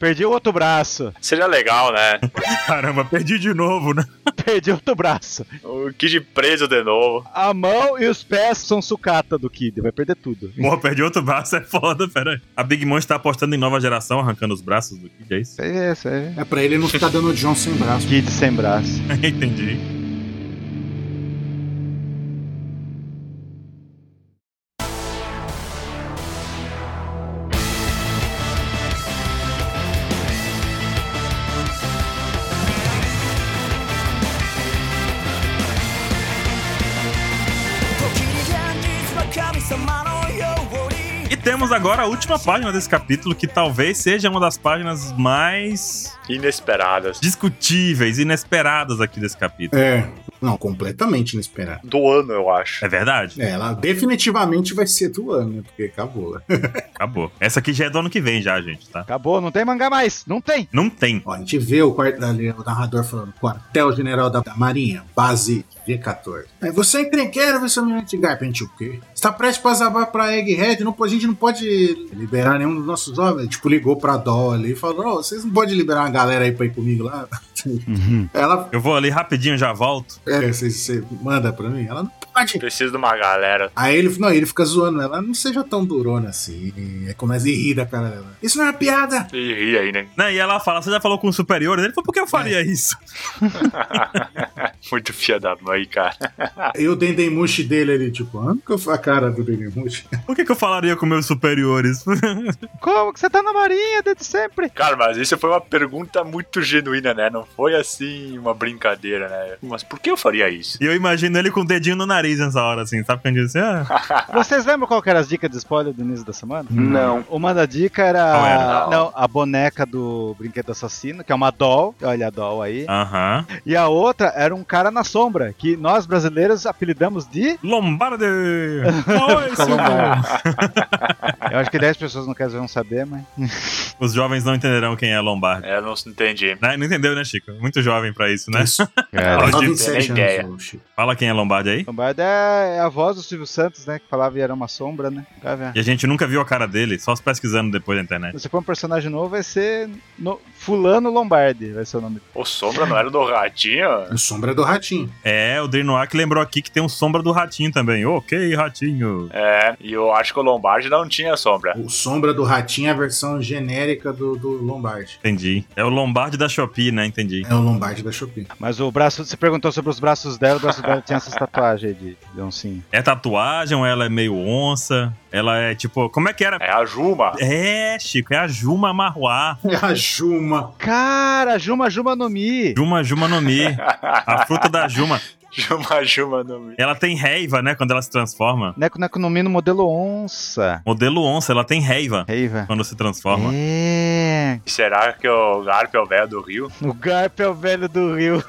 Perdi o outro braço. Seria legal, né? Caramba, perdi de novo, né? Perdi o outro braço. O Kid preso de novo. A mão e os pés são sucata do Kid, vai perder tudo. Porra, perdi outro braço, é foda, pera aí. A Big Mom está apostando em nova geração, arrancando os braços do Kid, é isso? É isso aí. É pra ele não ficar dando o John sem braço. Kid sem braço. Entendi. E temos agora a última página desse capítulo, que talvez seja uma das páginas mais Inesperadas. discutíveis, inesperadas aqui desse capítulo. É. Não, completamente inesperado. Do ano, eu acho. É verdade? É, ela definitivamente vai ser do ano, né? Porque acabou. né? Acabou. Essa aqui já é do ano que vem, já, gente, tá? Acabou, não tem mangá mais. Não tem. Não tem. Ó, a gente vê o, quart- ali, o narrador falando, quartel-general da, da Marinha, base V14. Aí você é encrenqueiro, você é um menino de garpa. A gente, o quê? Você tá prestes pra zabar pra Egghead, não, pode- a gente não pode liberar nenhum dos nossos homens. Tipo, ligou pra Dó ali e falou, "Ô, vocês não podem liberar uma galera aí pra ir comigo lá? Ela, Eu vou ali rapidinho, já volto. é, você, você manda pra mim? Ela, não vontade. Preciso de uma galera. Aí ele, não, ele fica zoando ela, não seja tão durona assim. E Aí começa a rir da cara dela. Isso não é uma piada. E ri aí, né? Né, E ela fala, você já falou com o superior? Ele falou, por que eu faria isso? Muito fia da mãe, cara. E o Dendemushi dele ali, tipo, ah, que eu fa- a cara do Dendemushi. Por que, que eu falaria com meus superiores? Como que você tá na marinha desde sempre? Cara, mas isso foi uma pergunta muito genuína, né? Não foi assim uma brincadeira, né? Mas por que eu faria isso? e eu imagino ele com o dedinho no nariz nessa hora, assim, sabe? Quando ele diz assim, ah, Vocês lembram qual que era as dicas de spoiler do início da semana? Não. Uma da dica era, Qual era? Não, a boneca do brinquedo assassino, que é uma doll. Olha a doll aí. aham. E a outra era um cara na sombra, que nós brasileiros apelidamos de. Lombardi! é Oi, Silvio! Eu acho que 10 pessoas no caso vão saber, mas. Os jovens não entenderão quem é Lombardi. É, não entendi. Né? Não entendeu, né, Chico? Muito jovem pra isso, né? Isso. Pode Só ter 27 anos, é ideia. o Chico. Fala quem é Lombardi aí. Lombardo é a voz do Silvio Santos, né? Que falava e era uma sombra, né? Tá vendo? E a gente nunca viu a cara dele, só se pesquisando depois na internet. Se for um personagem novo, vai ser no- Fulano Lombardi, vai ser o nome. O Sombra não era do Ratinho? O Sombra do Ratinho. É, o Drinoir que lembrou aqui que tem um Sombra do Ratinho também. Ok, Ratinho. É, e eu acho que o Lombardi não tinha Sombra. O Sombra do Ratinho é a versão genérica do, do Lombardi. Entendi. É o Lombardi da Shopee, né? Entendi. É o Lombardi da Chopin. Mas o braço, você perguntou sobre os braços dela, o braço dela tinha essas tatuagens aí de de oncinha. É tatuagem, ou ela é meio onça, ela é tipo. Como é que era? É a Juma. É, Chico, é a Juma Marruá. É a Juma. Cara, Juma Juma no Mi! Juma Juma no Mi. A fruta da Juma. Juma, Juma no Ela tem raiva, né? Quando ela se transforma. Neco Neco no Mi no modelo onça. Modelo onça, ela tem raiva Reiva. quando se Hum. transforma. É, Será que o Garp é o velho do Rio? o Garp é o velho do Rio.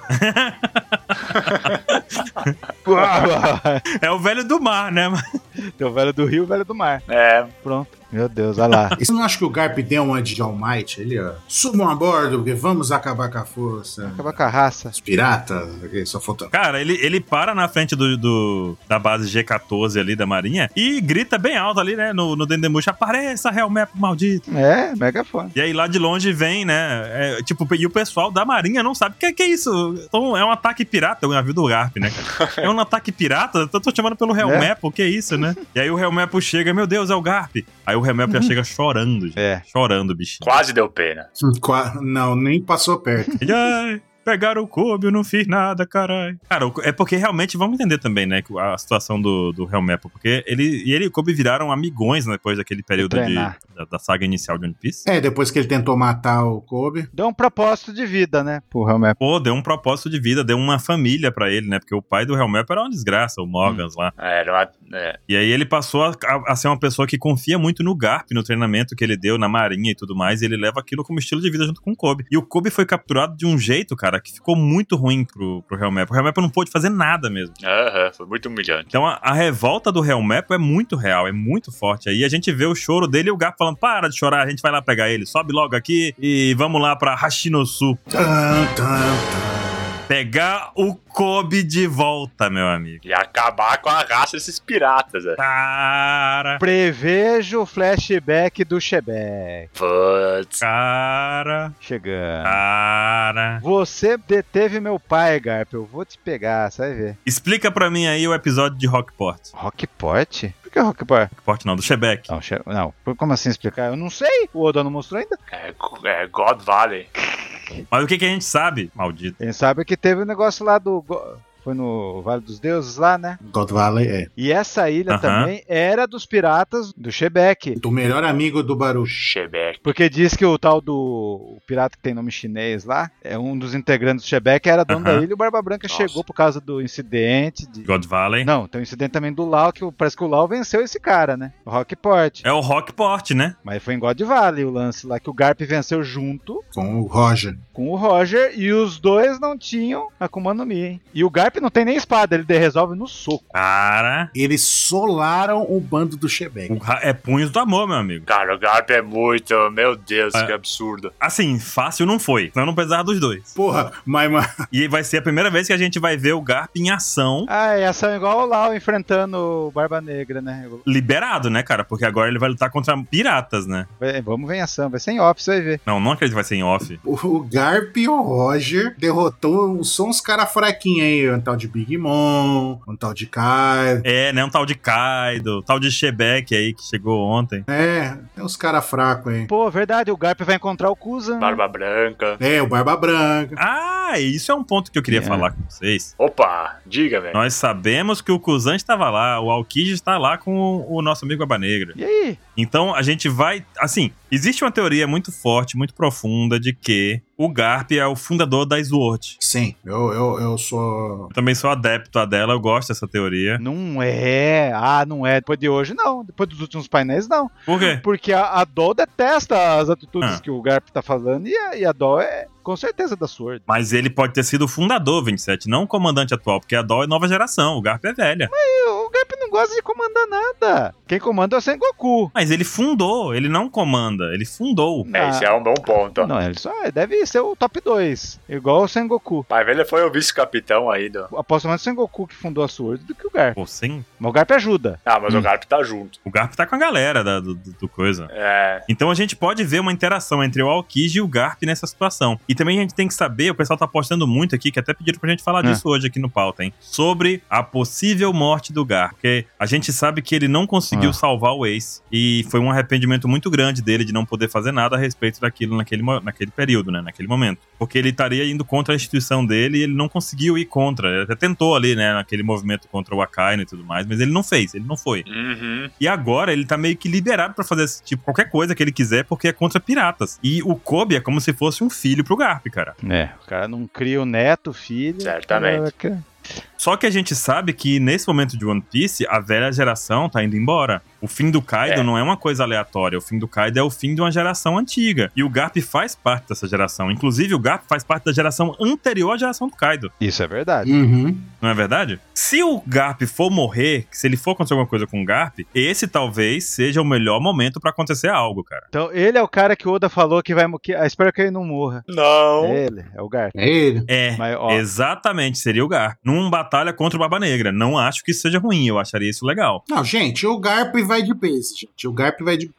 É o velho do mar, né? Tem o velho do Rio e o velho do mar. É, Pronto. Meu Deus, olha lá. E você não acha que o Garp deu uma de Almighty ali, ó? Subam a bordo, porque vamos acabar com a força. Acaba com a raça. Os piratas, ok, só falta. Cara, ele, ele para na frente do, do- da base G14 ali da Marinha e grita bem alto ali, né? No, no Dendemush, apareça, Hellmap maldito. É, megafone. E aí lá de longe vem, né? é, tipo, e o pessoal da Marinha não sabe. Que que é isso? Então é um ataque pirata, o navio do Garp, né, cara? É um ataque pirata? Eu tô, tô chamando pelo Hellmap, o que é isso, né? E aí o Hellmap chega, meu Deus, é o Garp. Aí o Hellmap já chega chorando, gente. É. Chorando, bichinho. quase deu pena. Hum, Qua- Não, nem passou perto. Ele, ai, pegaram o Kobe, eu não fiz nada, caralho. Cara, o- é porque realmente, vamos entender também, né, a situação do, do Hellmap, porque ele e ele e o Kobe viraram amigões né, depois daquele período de, Treinar. da, da saga inicial de One Piece. É, depois que ele tentou matar o Kobe. Deu um propósito de vida, né? Pro Helmer. Pô, deu um propósito de vida, deu uma família pra ele, né? Porque o pai do Hellmap era uma desgraça, o Morgans lá. É, era uma, é, E aí ele passou a, a- a ser uma pessoa que confia muito no Garp, no treinamento que ele deu, na marinha e tudo mais, e ele leva aquilo como estilo de vida junto com o Kobe. E o Kobe foi capturado de um jeito, cara, que ficou muito ruim pro, pro Hellmap. O Hellmap não pôde fazer nada mesmo. aham, foi muito humilhante. Então a, a revolta do Hellmap é muito real, é muito forte. Aí a gente vê o choro dele e o Garp falando: para de chorar, a gente vai lá pegar ele, sobe logo aqui e vamos lá pra Hashinosu. Tan, tan, Pegar o Kobe de volta, meu amigo. E acabar com a raça desses piratas, é. Cara, Prevejo o flashback do Shebeck. Putz. cara, Chegando. cara. Você deteve meu pai, Garp. Eu vou te pegar, você vai ver. Explica pra mim aí o episódio de Rockport. Rockport? Por que Rockport? Rockport não, do Shebeck. Não, che- não. Como assim explicar? Eu não sei. O Oda não mostrou ainda. É, go- é God Valley. Mas o que, que a gente sabe, maldito? Ele sabe que teve o negócio lá do. go- Foi no Vale dos Deuses lá, né? tan. God Valley é. E essa ilha Aham. também era dos piratas do Shebeck. Do melhor amigo do Baru. Shebeck. Porque diz que o tal do o pirata que tem nome chinês lá, é um dos integrantes do Shebeck, era dono Aham. da ilha e o Barba Branca Nossa. chegou por causa do incidente. de- God Valley. Não, tem um incidente também do Lau, que o- parece que o Lau venceu esse cara, né? O Rockport. É o Rockport, né? Mas foi em God Valley o lance lá, que o Garp venceu junto Com o Roger. com o Roger e os dois não tinham Akuma no Mi, hein? E o Garp não tem nem espada, ele de- resolve no soco. Cara, Eles solaram o bando do Shebeck. o ra- é punhos do amor, meu amigo. Cara, o Garp é muito. Meu Deus, É. que absurdo. Assim, fácil não foi. Senão eu não precisava dos dois. Porra, mas, mas E vai ser a primeira vez que a gente vai ver o Garp em ação Ah, e ação igual o Lau enfrentando o Barba Negra, né? liberado, né, cara? Porque agora ele vai lutar contra piratas, né? Vai- Vamos ver em ação, vai ser em off, você vai ver. Não, não acredito que vai ser em off. um, o Garp e o Roger derrotou só uns caras fraquinhos aí, Um tal de Big Mom, um tal de Kai. É, né? Um tal de Kaido, tal de Shebeck aí que chegou ontem. É, tem uns caras fracos aí. Pô, verdade, o Garp vai encontrar o Kuzan. Barba Branca. É, o Barba Branca. Ah, e isso é um ponto que eu queria É. falar com vocês. Opa, diga, velho. Nós sabemos que o Kuzan estava lá, o Alkiji está lá com o, o nosso amigo Aba Negra. E aí? Então a gente vai. Assim, existe uma teoria muito forte, muito profunda de que o Garp é o fundador da Sword. Sim, eu, eu, eu sou. Eu também sou adepto a dela, eu gosto dessa teoria. Não é. Ah, não é. Depois de hoje, não. Depois dos últimos painéis, não. Por quê? Porque a, a Doll detesta as atitudes Ah. que o Garp tá falando e a, e a Doll é com certeza da Sword. Mas ele pode ter sido o fundador, 27, não o comandante atual, porque a Doll é nova geração, o Garp é velha. Mas, E o Garp não gosta de comandar nada. Quem comanda é o Sengoku. Ah, ele fundou, ele não comanda, ele fundou. É, esse é um bom ponto. Não, ele só é, deve ser o top 2, igual o Sengoku. Mas velho foi o vice-capitão aí do. Aposto mais o Sengoku que fundou a Sword do que o Garp. Pô, sim, Mas o Garp ajuda. Ah, mas Hum. o Garp tá junto. o Garp tá com a galera da, do, do- do coisa. É. Então a gente pode ver uma interação entre o Alkiji e o Garp nessa situação. E também a gente tem que saber, o pessoal tá apostando muito aqui, que até pediram pra gente falar É. disso hoje aqui no pauta, hein? Sobre a possível morte do Garp. Porque a gente sabe que ele não conseguiu É. salvar o Ace. E foi um arrependimento muito grande dele de não poder fazer nada a respeito daquilo naquele, mo- naquele período, né? Naquele momento. Porque ele estaria indo contra a instituição dele e ele não conseguiu ir contra. Ele até tentou ali, né? Naquele movimento contra o Akainu e tudo mais, mas ele não fez, ele não foi. Uhum. E agora ele tá meio que liberado pra fazer esse tipo qualquer coisa que ele quiser, porque é contra piratas. E o Kobe é como se fosse um filho pro Garp, cara. É. O cara não cria o neto, o filho. Certamente. Caraca. Só que a gente sabe que nesse momento de One Piece, a velha geração tá indo embora. O fim do Kaido É. não é uma coisa aleatória. O fim do Kaido é o fim de uma geração antiga. E o Garp faz parte dessa geração. Inclusive, o Garp faz parte da geração anterior à geração do Kaido. Isso é verdade. Uhum. Não é verdade? Se o Garp for morrer, se ele for acontecer alguma coisa com o Garp, esse talvez seja o melhor momento pra acontecer algo, cara. Então, ele é o cara que o Oda falou que vai. mo- Que, ah, espero que ele não morra. Não. É ele, é o Garp. É ele. É, Mas, ó, Exatamente, seria o Gar. Num batalha contra o Barba Negra. Não acho que isso seja ruim, eu acharia isso legal. Não, gente, o Garp vai de base, gente. O Garp vai de base.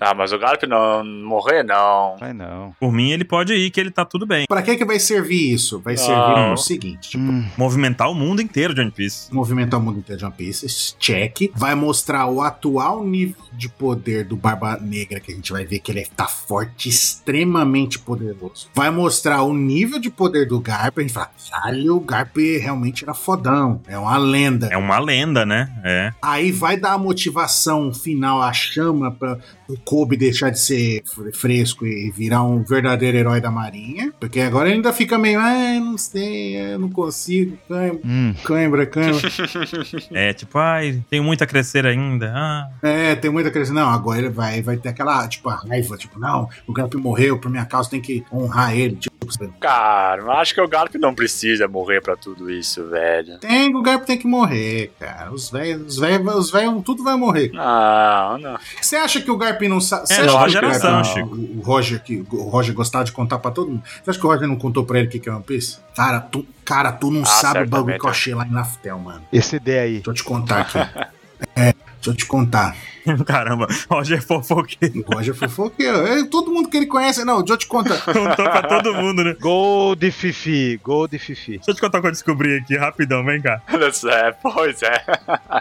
Ah, mas o Garp não morrer, não. vai não. Por mim, ele pode ir, que ele tá tudo bem. Pra que, que vai servir isso? Vai Não. servir no seguinte: tipo, Hum, Movimentar o mundo inteiro de One Piece. movimentar o mundo inteiro de One Piece, check. Vai mostrar o atual nível de poder do Barba Negra, que a gente vai ver que ele tá forte, extremamente poderoso. Vai mostrar o nível de poder do Garp, a gente fala, caralho, o Garp realmente era fodão, é uma lenda. É uma lenda, né? É. Aí vai dar a motivação final, a chama para o Kobe deixar de ser fre- fresco e virar um verdadeiro herói da marinha. Porque agora ele ainda fica meio, ah, não sei, ah, não consigo, cãibra, hum. cãibra, cãibra. É tipo, ai, tenho muito a crescer ainda. Ah. é, tem muita coisa. Não, agora ele vai, vai ter aquela, tipo, a raiva, tipo, não, o Garp morreu por minha causa, tem que honrar ele. Tipo, Cara, eu acho que o Garp não precisa morrer pra tudo isso, velho. tem, o Garp tem que morrer, cara. Os velhos, os velhos, os velhos, tudo vai morrer. Não, não. Você acha que o Garp não sabe? É, Você acha nova que o Garp- geração, o- Chico. O Roger, que, o Roger gostava de contar pra todo mundo. Você acha que o Roger não contou pra ele o que que é One Piece? Cara, tu, cara, tu não Ah, sabe o bagulho certamente. que eu achei lá em Naftel, mano. Esse D aí. Deixa eu te contar aqui. é, deixa eu te contar. Caramba, Roger fofoqueiro. O Roger fofoqueiro. É, todo mundo que ele conhece. Não, deixa eu te contar. Contou pra todo mundo, né? Gol de Fifi, gol de Fifi. Deixa eu te contar o que eu descobri aqui, rapidão, vem cá. É, pois é.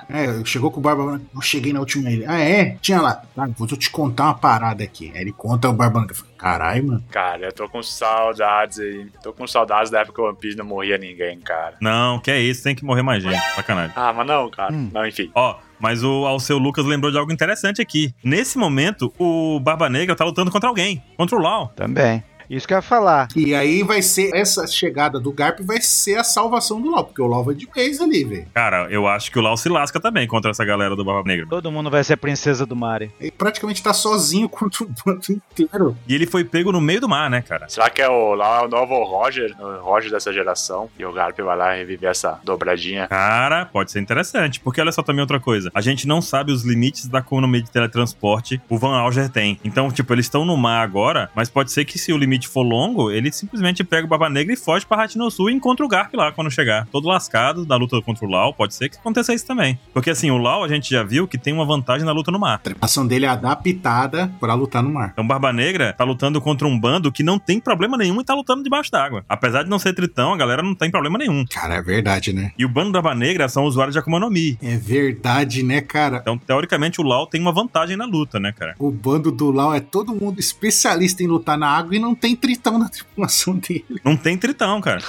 É, chegou com o Barba Branca. Eu cheguei na última ilha. Ah, é? Tinha lá. Ah, vou te contar uma parada aqui. Aí ele conta o Barba Branca. Eu falei, Caralho, mano. Cara, eu tô com saudades aí. Tô com saudades da época que o One Piece não morria ninguém, cara. Não, que é isso, tem que morrer mais gente. Sacanagem. Ah, mas não, cara. Hum. Não, enfim. Ó, mas o Alceu Lucas lembrou de algo interessante aqui. Nesse momento, o Barba Negra tá lutando contra alguém, contra o Law. Também. Isso que eu ia falar. E aí vai ser, essa chegada do Garp vai ser a salvação do LOL, porque o LOL vai de vez ali, velho. Cara, eu acho que o Law se lasca também contra essa galera do Barba Negra. Todo mundo vai ser princesa do Mari. Ele praticamente tá sozinho contra o bando inteiro. E ele foi pego no meio do mar, né, cara? Será que é o, lá é o novo Roger, o Roger dessa geração? E o Garp vai lá reviver essa dobradinha. Cara, pode ser interessante, porque olha só também outra coisa. A gente não sabe os limites da economia de teletransporte o Van Alger tem. Então, tipo, eles estão no mar agora, mas pode ser que se o limite Creed for longo, ele simplesmente pega o Barba Negra e foge pra Ratinho Sul e encontra o Garp lá quando chegar. Todo lascado da luta contra o Lau, pode ser que aconteça isso também. Porque assim, o Lau a gente já viu que tem uma vantagem na luta no mar. A ação dele é adaptada pra lutar no mar. Então Barba Negra tá lutando contra um bando que não tem problema nenhum e tá lutando debaixo d'água. Apesar de não ser tritão, a galera não tem problema nenhum. Cara, é verdade, né? E o bando da Barba Negra são usuários de Akuma no Mi. É verdade, né, cara? Então, teoricamente, o Lau tem uma vantagem na luta, né, cara? O bando do Lau é todo mundo especialista em lutar na água e não tem tritão na tripulação dele. Não tem tritão, cara.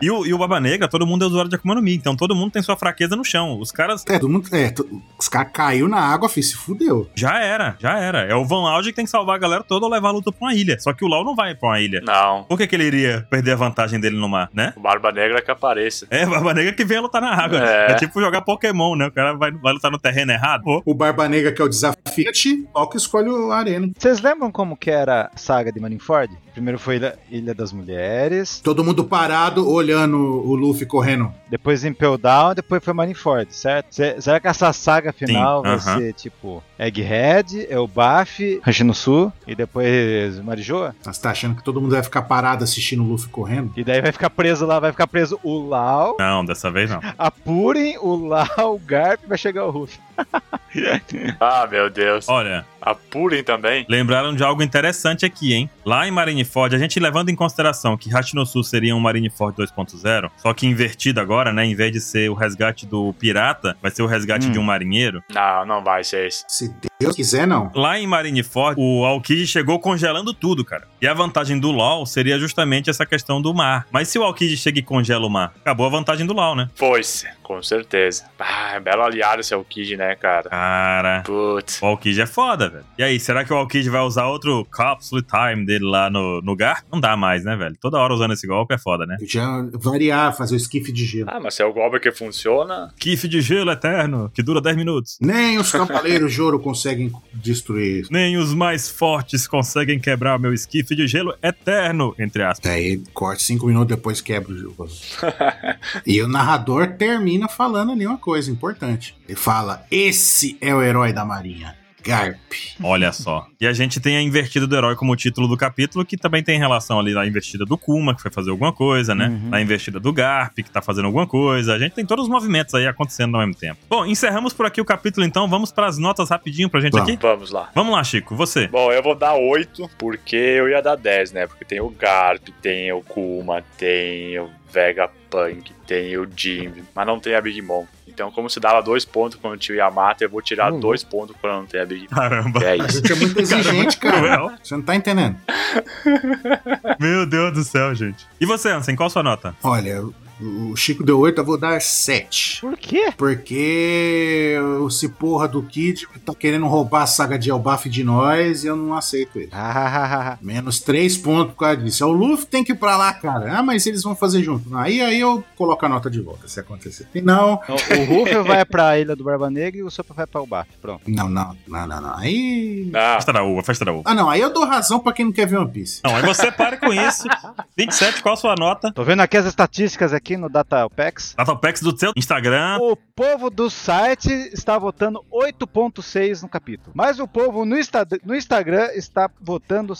E o, e o Baba Negra, todo mundo é usuário de Akuma no Mi, então todo mundo tem sua fraqueza no chão. Os caras. É, todo mundo. É, to- os caras caiu na água, filho, se fudeu. Já era, já era. É o Van Laude que tem que salvar a galera toda ou levar a luta pra uma ilha. Só que o Lau não vai pra uma ilha. Não, Por que, que ele iria perder a vantagem dele no mar, né? o Barba Negra que apareça. É, Barba Negra que vem lutar na água. É, É. tipo jogar Pokémon, né? O cara vai, vai lutar no terreno errado. Pô. O Barba Negra, que é o desafiante, ó que escolhe o Arena. Vocês lembram como que era a saga de Marineford? Primeiro foi Ilha, Ilha das Mulheres, Todo mundo parado, olhando o Luffy correndo. depois Impel Down, depois foi Marineford, certo? Cê- será que essa saga final vai aham. ser tipo Egghead, Elbaf, Hashinosu e depois Marijoa? Você tá achando que todo mundo vai ficar parado assistindo o Luffy correndo? E daí vai ficar preso lá, vai ficar preso o Lau, Não, dessa vez não. apurem o Lau, o Garp, vai chegar o Ruff. Ah, meu Deus. Olha, Apurem também. lembraram de algo interessante aqui, hein? Lá em Marineford, a gente levando em consideração que Hachinosu seria um Marineford 2.0, só que invertido agora, né? Em vez de ser o resgate do pirata, vai ser o resgate Hum. de um marinheiro. Não, não vai ser isso. Se Deus quiser, não. Lá em Marineford, o Aokiji chegou congelando tudo, cara. E a vantagem do LoL seria justamente essa questão do mar. Mas se o Aokiji chega e congela o mar, acabou a vantagem do LoL, né? Pois, com certeza. Ah, belo aliado esse Alkid, né, cara? Cara, Putz. O Alkid é foda, velho. E aí, será que o Alkid vai usar outro Capsule Time dele lá no, no Gar? Não dá mais, né, velho? Toda hora usando esse golpe é foda, né? Eu já variar, fazer o esquife de gelo. Ah, mas se é o golpe que funciona, Kiff de gelo eterno, que dura 10 minutos. Nem os cavaleiros de ouro conseguem destruir isso. Nem os mais fortes conseguem quebrar meu esquife de gelo eterno, entre aspas. Daí corte cinco minutos depois quebra o jogo. e o narrador termina falando ali uma coisa importante. Ele fala: Esse é o herói da marinha, Garp. Olha só. E a gente tem a invertida do herói como título do capítulo, que também tem relação ali na investida do Kuma, que foi fazer alguma coisa, né? Uhum. Na investida do Garp, que tá fazendo alguma coisa. A gente tem todos os movimentos aí acontecendo ao mesmo tempo. Bom, encerramos por aqui o capítulo, então. Vamos pras notas rapidinho pra gente Vamos. aqui? vamos lá. Vamos lá, Chico, você. Bom, eu vou dar 8, porque eu ia dar 10, né? Porque tem o Garp, tem o Kuma, tem o Vegapunk, tem o Jim, mas não tem a Big Mom. Então, como se dava 2 pontos quando tinha o Yamato, eu vou tirar Hum. 2 pontos quando não tem a Big Mom. Caramba. É A isso. gente é muito exigente, cara. Cruel. Você não tá entendendo. Meu Deus do céu, gente. E você, Ansem, qual a sua nota? Olha, o Chico deu 8, eu vou dar 7. Por quê? Porque esse porra do Kid tá querendo roubar a saga de Elbaf de nós e eu não aceito ele. Ah, Menos 3 pontos por causa disso. É, O Luffy tem que ir pra lá, cara. Ah, mas eles vão fazer junto. Aí, aí eu coloco a nota de volta, se acontecer. E não, o o Ruff vai pra Ilha do Barba Negra e o Sopa vai pra Elbaf, pronto. não, não, não, não, não. Aí. Ah, Festa da uva, festa da uva. Ah, não. Aí eu dou razão pra quem não quer ver One Piece. Não, aí você para com isso. 27, qual a sua nota? Tô vendo aqui as estatísticas aqui no DataPex. Nota Pex do seu Instagram. O povo do site está votando 8.6 no capítulo. Mas o povo no, Insta- no Instagram está votando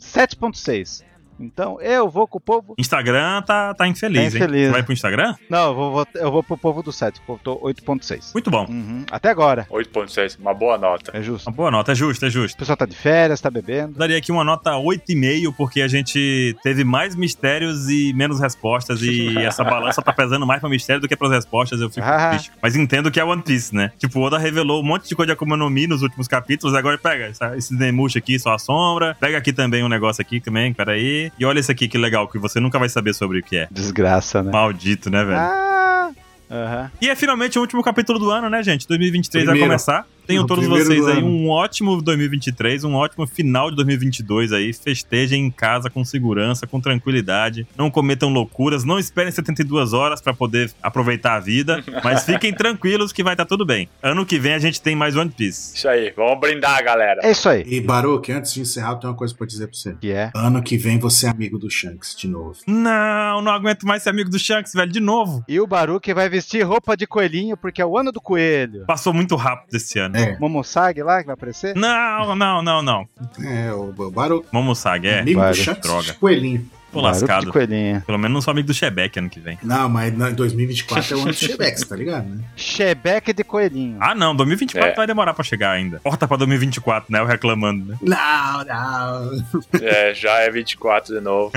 7.6. Então eu vou com o povo. Instagram tá, tá infeliz, Tá hein? infeliz. Você vai pro Instagram? Não, eu vou, vot- eu vou pro povo do site. Votou 8.6. Muito bom. Uhum, Até agora. 8.6, uma boa nota. É justo. Uma boa nota, é justo, é justo. O pessoal tá de férias, tá bebendo. Daria aqui uma nota 8,5, porque a gente teve mais mistérios e menos respostas, e essa balança tá pesando mais pra mistério do que pras respostas, eu fico Ah. triste. Mas entendo que é One Piece, né? Tipo, o Oda revelou um monte de coisa de Akuma no Mi nos últimos capítulos, agora pega essa- esse Nemush aqui, só a sombra, pega aqui também um negócio aqui também, peraí, e olha esse aqui que legal, que você nunca vai saber sobre o que é. Desgraça, né? Maldito, né, velho? Ah! Aham. E é finalmente o último capítulo do ano, né, gente? 2023 vai Primeiro. começar. Tenham O todos primeiro vocês do aí ano. um ótimo 2023, um ótimo final de 2022 aí. Festejem em casa com segurança, com tranquilidade. Não cometam loucuras, não esperem 72 horas pra poder aproveitar a vida, mas fiquem tranquilos que vai estar tudo bem. Ano que vem a gente tem mais One Piece. Isso aí, vamos brindar, galera. É isso aí. E Baruque, antes de encerrar, eu tenho uma coisa pra dizer pra você. Que é. Ano que vem você é amigo do Shanks de novo. Não, não aguento mais ser amigo do Shanks, velho, de novo. E o Baruque vai vestir roupa de coelhinho porque é o ano do coelho. Passou muito rápido esse ano. É. Momosag lá que vai aparecer? Não, não, não, não. É, o Baruco. Momusag, é. amigo do vários. Chuck Droga. Coelhinho. Tô Barulho de lascado. coelhinha. Pelo menos não sou amigo do Chebeck ano que vem. Não, mas na- em 2024 é o ano do Chebex, tá ligado? Né? Chebeque de coelhinho. Ah, não, 2024 É. vai demorar pra chegar ainda. Porta pra 2024, né? Eu reclamando, né? Não, não. É, já é 24 de novo.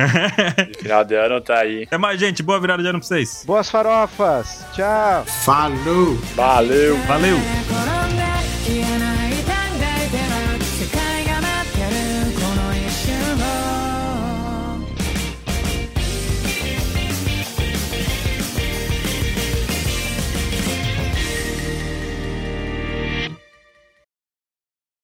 E final de ano tá aí. Até mais, gente. Boa virada de ano pra vocês. Boas farofas. Tchau. Falou! Valeu! Valeu! Agora